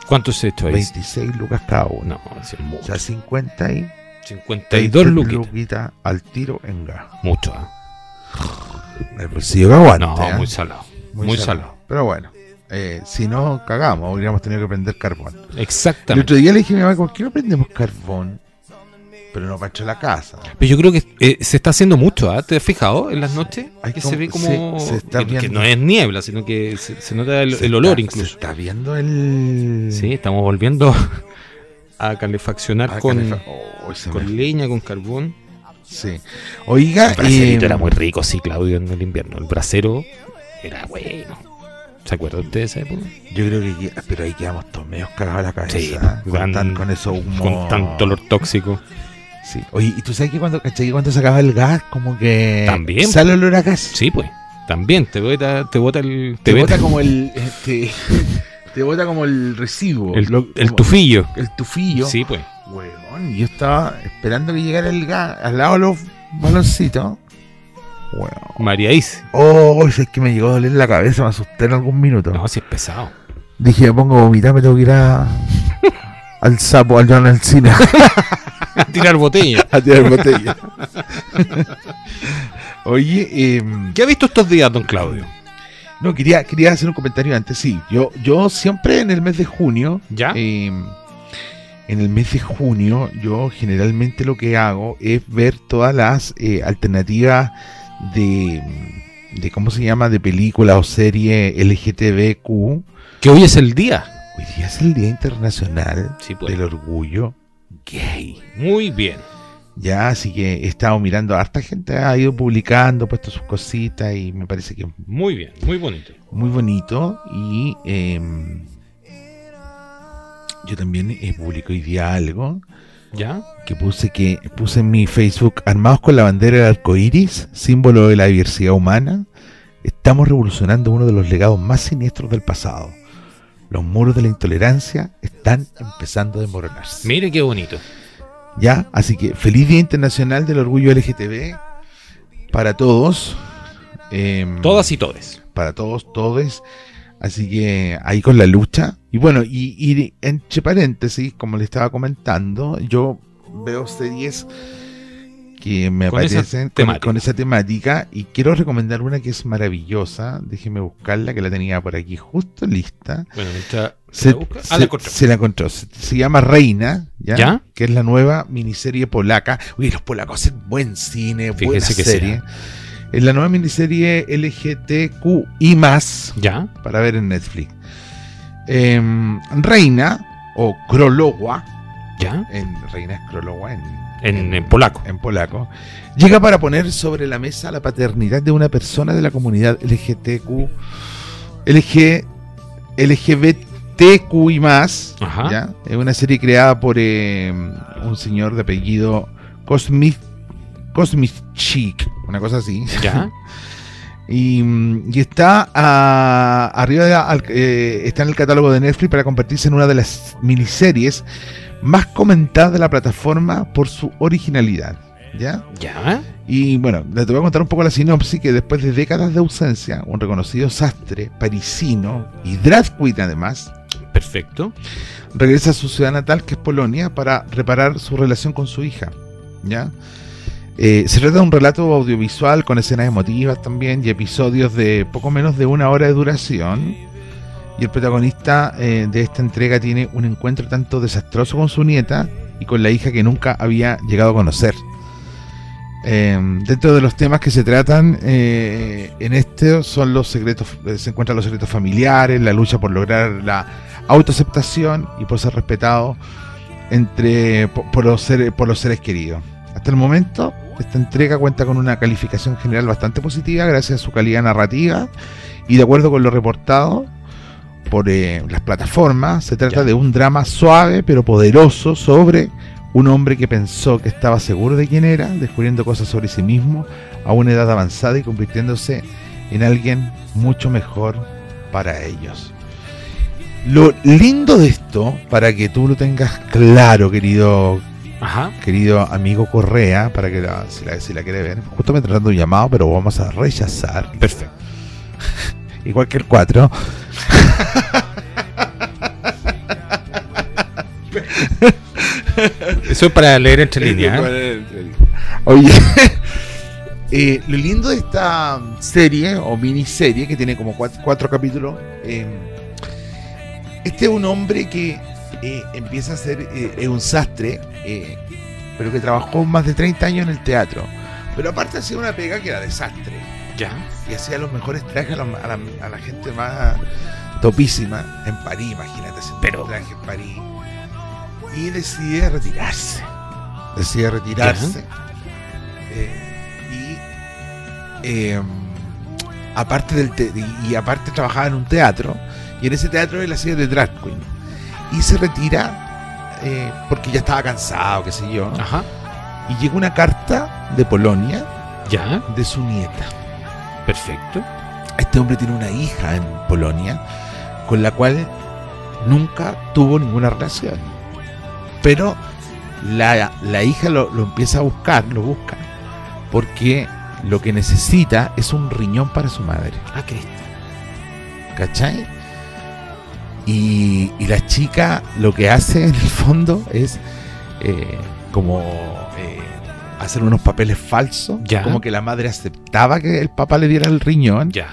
¿Cuánto es esto? ahí? 26 lucas cada uno. No, es mucho. O sea, 50 y 52 luquitas. luquitas al tiro en gas. Mucho. ¿ah? El bolsillo que aguante. No, ¿eh? muy salado. Muy, salado. Pero bueno, eh, si no cagamos, hubiéramos tenido que prender carbón. El Exactamente. otro día le dije a mi mamá, ¿por qué no prendemos carbón? Pero no pancho la casa. Pero yo creo que eh, se está haciendo mucho, ¿ah? ¿te has fijado en las noches? Hay que como- se ve como... sí, se está que- que viendo. no es niebla, sino que se, se nota el, Se el olor está- Se incluso. está viendo el. Sí, estamos volviendo a calefaccionar Ah, con, canefa- oh, se con me- leña, con carbón. sí. Oiga, El braserito eh, era muy rico, sí, Claudio, en el invierno. El brasero era bueno. ¿Se acuerdan ustedes de esa época? yo creo que. ya- Pero ahí quedamos todos medios cagados a la cabeza. Sí, ¿eh? con, van- tan- con eso humo. Con tanto olor tóxico. Sí. Oye, ¿y tú sabes que cuando, cachai, que cuando se acaba el gas, como que. También. Sale olor a gas. Sí, pues. También te bota, te bota el... te bota bota como el. eh, te- te bota como el recibo. el, lo- el como- tufillo. El tufillo. Sí, pues. Weón, yo estaba esperando que llegara el gas al lado de los baloncitos. Weón. María Is. Oh, si es que me llegó a doler la cabeza, me asusté en algún minuto. No, si es pesado. Dije, me pongo a vomitar, me tengo que ir a- al sapo, al John Alcina, A tirar botella. a tirar botella. Oye, em, ¿Qué ha visto estos días, don Claudio? no, quería, quería hacer un comentario antes, sí. Yo, yo siempre en el mes de junio ¿Ya? Eh, en el mes de junio, yo generalmente lo que hago es ver todas las eh, alternativas de, de, ¿cómo se llama?, de películas o serie LGTBQ. Hoy que hoy es el día. día es el Día Internacional Sí, pues. del Orgullo Gay. Muy bien. Ya, así que he estado mirando, harta gente ha ido publicando, puesto sus cositas y me parece que es Muy bien. Muy bonito. muy bonito y eh, yo también eh, publico hoy día algo ¿Ya? que puse que puse en mi Facebook armados con la bandera del arco iris, símbolo de la diversidad humana, estamos revolucionando uno de los legados más siniestros del pasado. Los muros de la intolerancia están empezando a desmoronarse. Mire qué bonito. Ya, así que feliz Día Internacional del Orgullo LGTB para todos. Em, Todas y todes. para todos, todes. Así que ahí con la lucha. Y bueno, y, y entre paréntesis, como le estaba comentando, yo veo series que me Con esa aparecen con, temática. con esa temática y quiero recomendar una que es maravillosa. Déjeme buscarla, que la tenía por aquí justo lista. Bueno, mientras Se, la busca- se- Ah, la encontré. se la encontró. Se, se llama Reina, ¿ya? ¿Ya? que es la nueva miniserie polaca. Uy, los polacos hacen buen cine, buena Fíjese que serie. Es la nueva miniserie LGTQI+, ¿Ya? para ver en Netflix. Em, Reina, o Krolowa, ¿Ya? en, Reina es Krolowa en, En, en polaco. en polaco, llega para poner sobre la mesa la paternidad de una persona de la comunidad LGTQ, LG, LGBTQI+, Ajá. ¿ya? Es una serie creada por eh, un señor de apellido Cosmic, Cosmic Chic, una cosa así. ¿Ya? Y, mm, y está ah, arriba de la- al- eh, está en el catálogo de Netflix para convertirse en una de las miniseries más comentadas de la plataforma por su originalidad. ¿Ya? ¿Ya? Y bueno, te voy a contar un poco la sinopsis que después de décadas de ausencia, un reconocido sastre parisino y drag queen además, Perfecto. regresa a su ciudad natal, que es Polonia, para reparar su relación con su hija. ¿ya? Eh, se trata de un relato audiovisual con escenas emotivas también y episodios de poco menos de una hora de duración. Y el protagonista eh, de esta entrega tiene un encuentro tanto desastroso con su nieta y con la hija que nunca había llegado a conocer. Eh, dentro de los temas que se tratan eh, en este son los secretos, se encuentran los secretos familiares, la lucha por lograr la autoaceptación y por ser respetado entre por, por los seres, por los seres queridos. Hasta el momento, esta entrega cuenta con una calificación general bastante positiva gracias a su calidad narrativa y de acuerdo con lo reportado por eh, las plataformas, se trata Ya. de un drama suave pero poderoso sobre un hombre que pensó que estaba seguro de quién era, descubriendo cosas sobre sí mismo a una edad avanzada y convirtiéndose en alguien mucho mejor para ellos. Lo lindo de esto, para que tú lo tengas claro, querido Ajá. querido amigo Correa, para que la, si, la, si la quiere ver, justo me tratando un llamado, pero vamos a rechazar. Perfecto. Igual que el 4. Eso es para leer entre líneas. ¿eh? Oye, eh, lo lindo de esta serie o miniserie, que tiene como cuat- cuatro, capítulos, eh, este es un hombre que eh, empieza a ser eh, es un sastre, eh, pero que trabajó más de 30 años en el teatro. Pero aparte hacía una pega que era desastre. Ya. y hacía los mejores trajes a, los- a la, a la gente más topísima en París, imagínate, ese Pero- traje en París. Y decide retirarse. Decide retirarse. Eh, y eh, aparte del te- y, y aparte trabajaba en un teatro. Y en ese teatro él hacía de drag queen. Y se retira eh, porque ya estaba cansado, qué sé yo. Ajá. Y llega una carta de Polonia Ya. de su nieta. Perfecto. Este hombre tiene una hija en Polonia con la cual nunca tuvo ninguna relación. Pero la, la hija lo, lo empieza a buscar, lo busca, porque lo que necesita es un riñón para su madre. Ah, Cristo. ¿Cachai? Y, y la chica lo que hace en el fondo es eh, como eh, hacer unos papeles falsos, Ya. como que la madre aceptaba que el papá le diera el riñón Ya.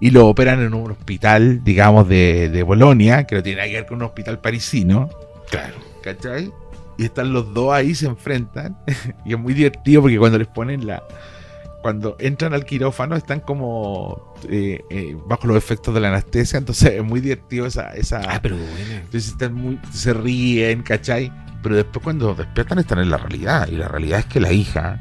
y lo operan en un hospital, digamos, de, de Bolonia, que no tiene nada que ver con un hospital parisino, Claro. ¿cachai? Y están los dos ahí, se enfrentan, y es muy divertido porque cuando les ponen la... Cuando entran al quirófano están como eh, eh, bajo los efectos de la anestesia, entonces es muy divertido esa... esa Ah, pero bueno. entonces están muy, se ríen, ¿cachai? Pero después cuando despiertan están en la realidad. Y la realidad es que la hija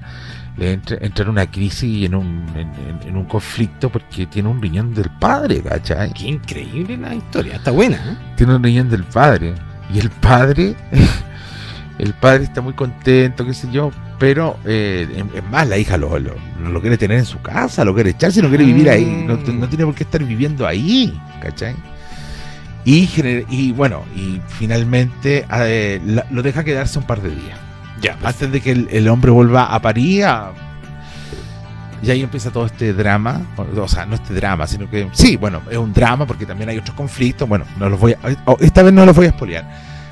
le entra, entra en una crisis y en un, en, en- en un conflicto porque tiene un riñón del padre, ¿cachai? Qué increíble la historia. Está buena. ¿eh? Tiene un riñón del padre. Y el padre, el padre está muy contento, qué sé yo. Pero eh, es- es más, la hija lo, lo, lo quiere tener en su casa, lo quiere echarse, no quiere vivir ahí. No, Mm. no tiene por qué estar viviendo ahí, ¿cachai? Y, gener- y bueno, y finalmente eh, la- lo deja quedarse un par de días. ¿eh? Ya. perfecto. Antes de que el, el hombre vuelva a París. a- Y ahí empieza todo este drama. O, o sea, no este drama, sino que. Sí, bueno, es un drama porque también hay otros conflictos. Bueno, no los voy a. oh, esta vez no los voy a espolear.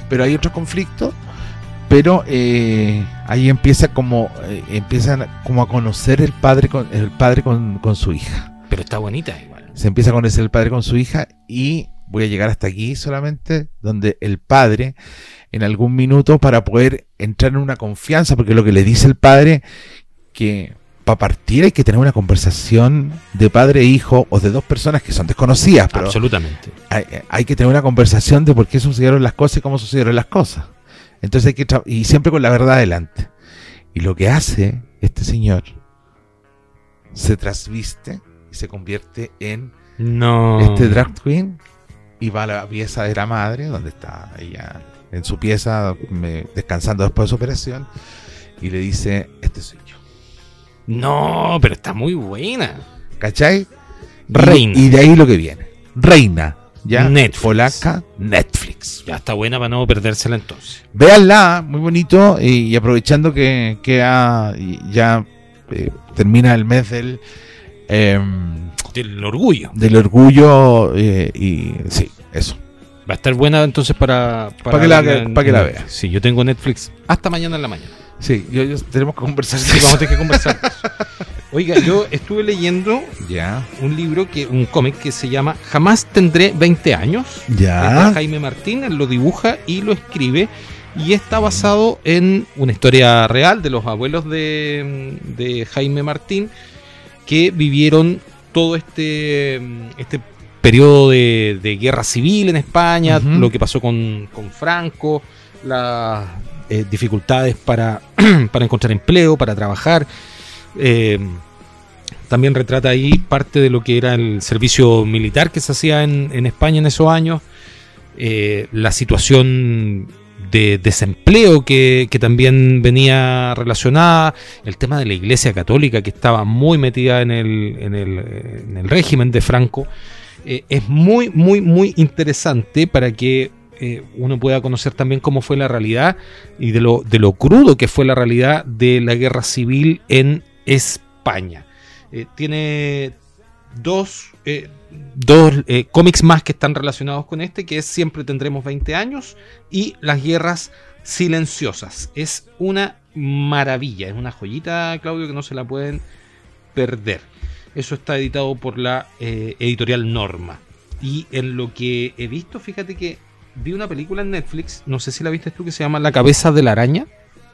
Pero hay otros conflictos. Pero eh, ahí empieza como. eh, empiezan como a conocer el padre con, el padre con, con su hija Pero está bonita igual. se empieza a conocer el padre con su hija y voy a llegar hasta aquí solamente donde el padre en algún minuto para poder entrar en una confianza porque lo que le dice el padre que para partir hay que tener una conversación de padre e hijo o de dos personas que son desconocidas pero Absolutamente. hay, hay que tener una conversación de por qué sucedieron las cosas y cómo sucedieron las cosas entonces hay que tra- y siempre con la verdad adelante y lo que hace este señor se trasviste y se convierte en No. este drag queen y va a la pieza de la madre, donde está ella en su pieza me- descansando después de su operación, y le dice, este soy yo. No, pero está muy buena. ¿Cachai? Y- Reina. Y, de ahí lo que viene. Reina. Ya. Netflix. Polaca. Netflix. Ya está buena para no perdérsela entonces. Véanla, muy bonito, y, y aprovechando que, que ha- y ya eh, termina el mes del... em, El orgullo. del orgullo eh, y sí, eso. Va a estar buena entonces para... Pa' que la- verla en pa' que la Netflix. vea. Sí, yo tengo Netflix hasta mañana en la mañana. Sí, yo, yo- tenemos que conversar. Sí, vamos a tener que conversar. Oiga, yo estuve leyendo Ya. un libro, que un cómic que se llama Jamás tendré 20 años. Es de Ya. Jaime Martínez lo dibuja y lo escribe. y está basado en una historia real de los abuelos de, de Jaime Martín que vivieron todo este, este periodo de, de guerra civil en España, Ujú. lo que pasó con, con Franco, las eh, dificultades para, para encontrar empleo, para trabajar. Eh, también retrata ahí parte de lo que era el servicio militar que se hacía en, en España en esos años, eh, la situación de desempleo que, que también venía relacionada, el tema de la Iglesia Católica que estaba muy metida en el, en el, eh, en el régimen de Franco. Eh, es muy, muy, muy interesante para que eh, uno pueda conocer también cómo fue la realidad y de lo, de lo crudo que fue la realidad de la guerra civil en España. Eh, tiene dos, eh, dos eh, cómics más que están relacionados con este, que es Siempre tendremos 20 años y Las guerras silenciosas. Es una maravilla, es una joyita, Claudio, que no se la pueden perder. Eso está editado por la eh, editorial Norma. Y en lo que he visto, fíjate que vi una película en Netflix, no sé si la viste tú, que se llama La cabeza de la araña.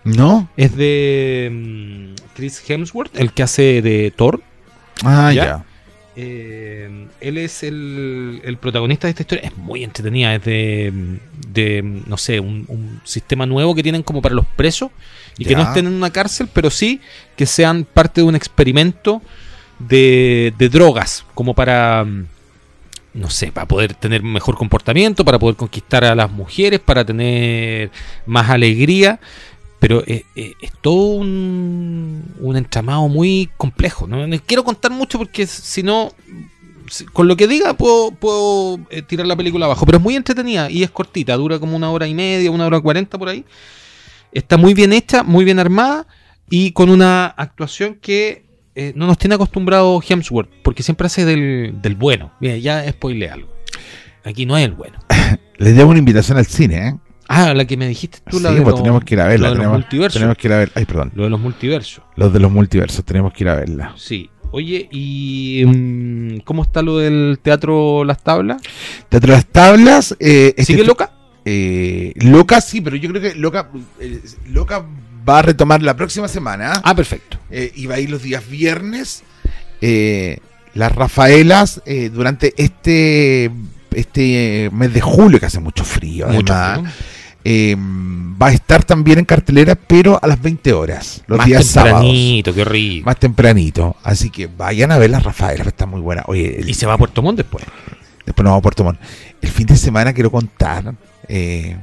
¿No? Es de mm, Chris Hemsworth, el que hace de Thor. Ah, Ya. ya. Eh, él es el, el protagonista de esta historia. Es muy entretenida. Es de, de, no sé, un, un sistema nuevo que tienen como para los presos y que Ya. no estén en una cárcel, pero sí que sean parte de un experimento de, de drogas, como para, mm, no sé, para poder tener mejor comportamiento, para poder conquistar a las mujeres, para tener más alegría. Pero eh, eh, es todo un, un entramado muy complejo. No No quiero contar mucho porque si no, si- con lo que diga puedo, puedo eh, tirar la película abajo. Pero es muy entretenida y es cortita. Dura como una hora y media, una hora cuarenta por ahí. Está muy bien hecha, muy bien armada y con una actuación que eh, no nos tiene acostumbrado Hemsworth. Porque siempre hace del, del bueno. Mira, ya spoilé algo. Aquí no es el bueno. Les debo una invitación al cine, ¿eh? Ah, la que me dijiste tú, la sí, de pues los- tenemos que ir a lo verla. de los Tenemos, multiversos. tenemos que ir a verla. Ay, perdón. Lo de los multiversos. Los de los multiversos, tenemos que ir a verla. Sí. Oye, ¿y mm, cómo está lo del teatro Las Tablas? Teatro de las Tablas. Eh, este ¿Sigue fi- loca? eh, Loca, sí, pero yo creo que Loca, eh, Loca va a retomar la próxima semana. Ah, perfecto. eh, y va a ir los días viernes. eh, las Rafaelas eh, durante este este mes de julio, que hace mucho frío, además, frío. eh, va a estar también en cartelera, pero a las 20 horas, los Más días sábados. tempranito, qué rico. Más tempranito. Así que vayan a ver las Rafaelas, está muy buena. Oye, el- Y se va a Puerto Montt después. después nos vamos a Puerto Montt. El fin de semana quiero contar eh,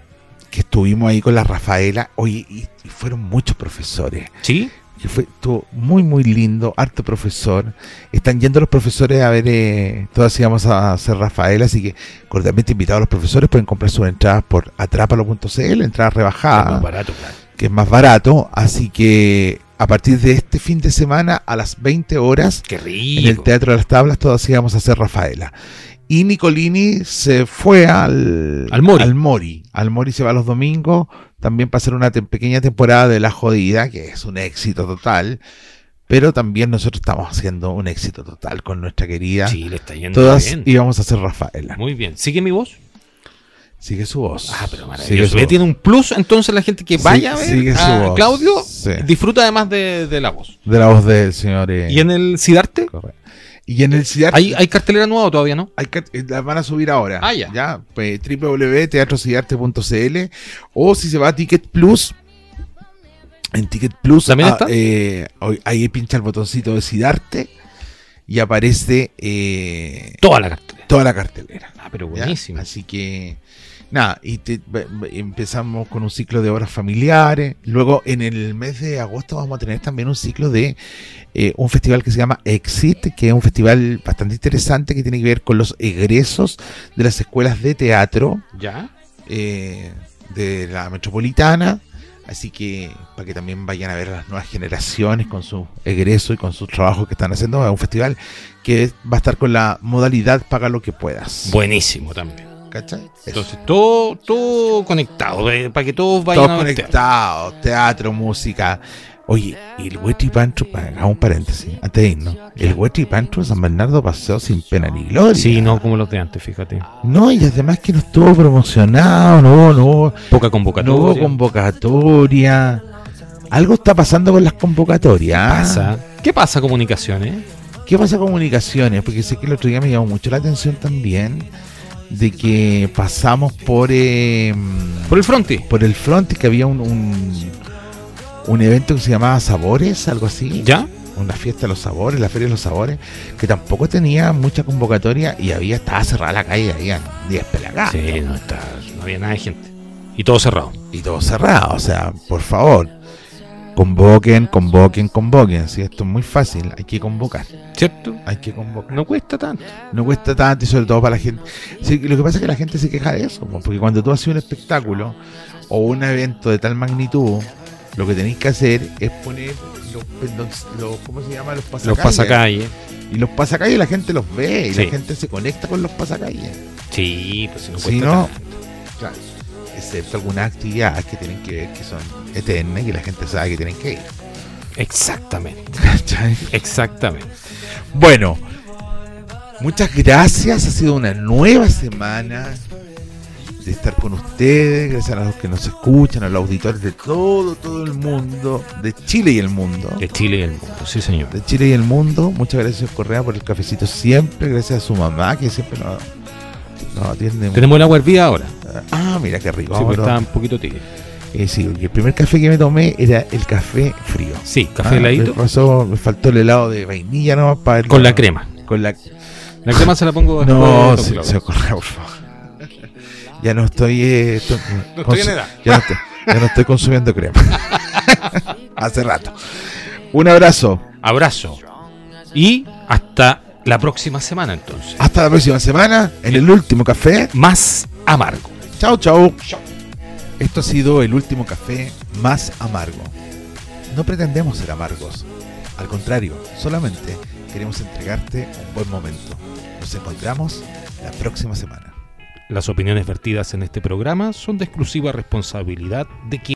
que estuvimos ahí con las Rafaela. Oye, y- y fueron muchos profesores ¿Sí? que fue estuvo muy muy lindo, harto profesor. Están yendo los profesores a ver, eh, todas íbamos a hacer Rafael, así que cordialmente invitados a los profesores, pueden comprar sus entradas por atrápalo.cl, entradas Es más rebajadas, barato, claro. que es más barato, así que a partir de este fin de semana a las 20 horas Qué en el rico. Teatro de las Tablas todas íbamos a hacer Rafaela. Y Nicolini se fue al, Al Mori. Al Mori, Al Mori se va los domingos también para hacer una tem- pequeña temporada de La Jodida, que es un éxito total. Pero también nosotros estamos haciendo un éxito total con nuestra querida. Sí, le está yendo todas bien. íbamos a hacer Rafaela. Muy bien. ¿Sigue mi voz? Sigue su voz. Ah, pero Sigue maravilloso. su Ve, voz. Tiene un plus, entonces la gente que Sí, vaya a ver sigue su a voz. Claudio Sí. disfruta además de, de la voz. De la voz del señor. eh, ¿Y en el Sidarte? Correa. Y en el CIDAR ¿Hay, hay cartelera nueva todavía, ¿no? Hay que- eh, las van a subir ahora. Ah, ya. pues, www.teatrocidarte.cl o si se va a Ticket Plus. En Ticket Plus ¿También ah, está? eh, hoy- ahí pincha el botoncito de Cidarte y aparece eh, Toda la cartelera. toda la cartelera. Ah, pero ¿ya? buenísimo. Así que nada, y te- ve- ve- empezamos con un ciclo de obras familiares. Luego en el mes de agosto vamos a tener también un ciclo de eh, un festival que se llama Exit, que es un festival bastante interesante que tiene que ver con los egresos de las escuelas de teatro ¿Ya? eh, de la metropolitana. Así que para que también vayan a ver las nuevas generaciones con su egreso y con sus trabajos que están haciendo, es un festival que es- va a estar con la modalidad paga lo que puedas. Buenísimo también. ¿Cachai? Eso. Entonces, todo, todo conectado, eh, para que todos vayan Todos a ver teatro. conectados, teatro, música. Oye, y el Huetripancho, haga un paréntesis, antes de irnos. El Huetripancho de San Bernardo pasó sin pena ni gloria. Sí, no como los de antes, fíjate. No, y además que no estuvo promocionado, no, no, Poca no convocatoria. hubo convocatoria. Algo está pasando con las convocatorias. Pasa. ¿Qué pasa, comunicaciones? ¿Qué pasa con comunicaciones? Porque sé que el otro día me llamó mucho la atención también de que pasamos por eh, Por el fronti. por el front y que había un, un, un evento que se llamaba Sabores, algo así. ¿Ya? Una fiesta de los sabores, la feria de los sabores, que tampoco tenía mucha convocatoria y había estaba cerrada la calle, había 10 pelagatos Sí, no, está, no había nada de gente. Y todo cerrado. y todo cerrado. O sea, por favor, convoquen, convoquen, convoquen. Si esto es muy fácil, hay que convocar, ¿Cierto? hay que convocar. No cuesta tanto. No cuesta tanto y sobre todo para la gente. Sí, lo que pasa es que la gente se queja de eso, po, porque cuando tú haces un espectáculo o un evento de tal magnitud, lo que tenéis que hacer es poner los, los- los- ¿cómo se llama? Los pasacalles. Los pasacalles. Y los pasacalles la gente los ve y Sí. la gente se conecta con los pasacalles. Sí, pues si no Si cuesta no- tanto. Claro. Excepto algunas actividades que tienen que ver que son eternas y que la gente sabe que tienen que ir. Exactamente. ¿Cachai? Exactamente. Bueno, muchas gracias. Ha sido una nueva semana de estar con ustedes. Gracias a los que nos escuchan, a los auditores de todo, todo el mundo, de Chile y el mundo. De Chile y el mundo. Sí, señor. De Chile y el mundo. Muchas gracias, señor Correa, por el cafecito siempre. Gracias a su mamá, que siempre nos, nos atiende. muy- Tenemos el agua hervida ahora. Ah, mira qué rico. sí, pues, Vamos, porque está vamos. un poquito tibio. Eh, sí, porque el primer café que me tomé era el café frío. Sí, café Ah, heladito me pasó- me faltó el helado de vainilla nomás para el- con la crema. Con la La crema se la pongo No, después de se, Tom se corra, por favor. Ya no estoy. eh, to- estoy en consu- edad. Ya no, estoy, ya no estoy consumiendo crema. Hace rato. Un abrazo. Cloud. Abrazo. Y hasta la próxima semana entonces. Hasta la próxima semana en el último café. Más amargo. Chao, chao. Esto ha sido el último café más amargo. No pretendemos ser amargos. Al contrario, solamente queremos entregarte un buen momento. Nos encontramos la próxima semana. Las opiniones vertidas en este programa son de exclusiva responsabilidad de quien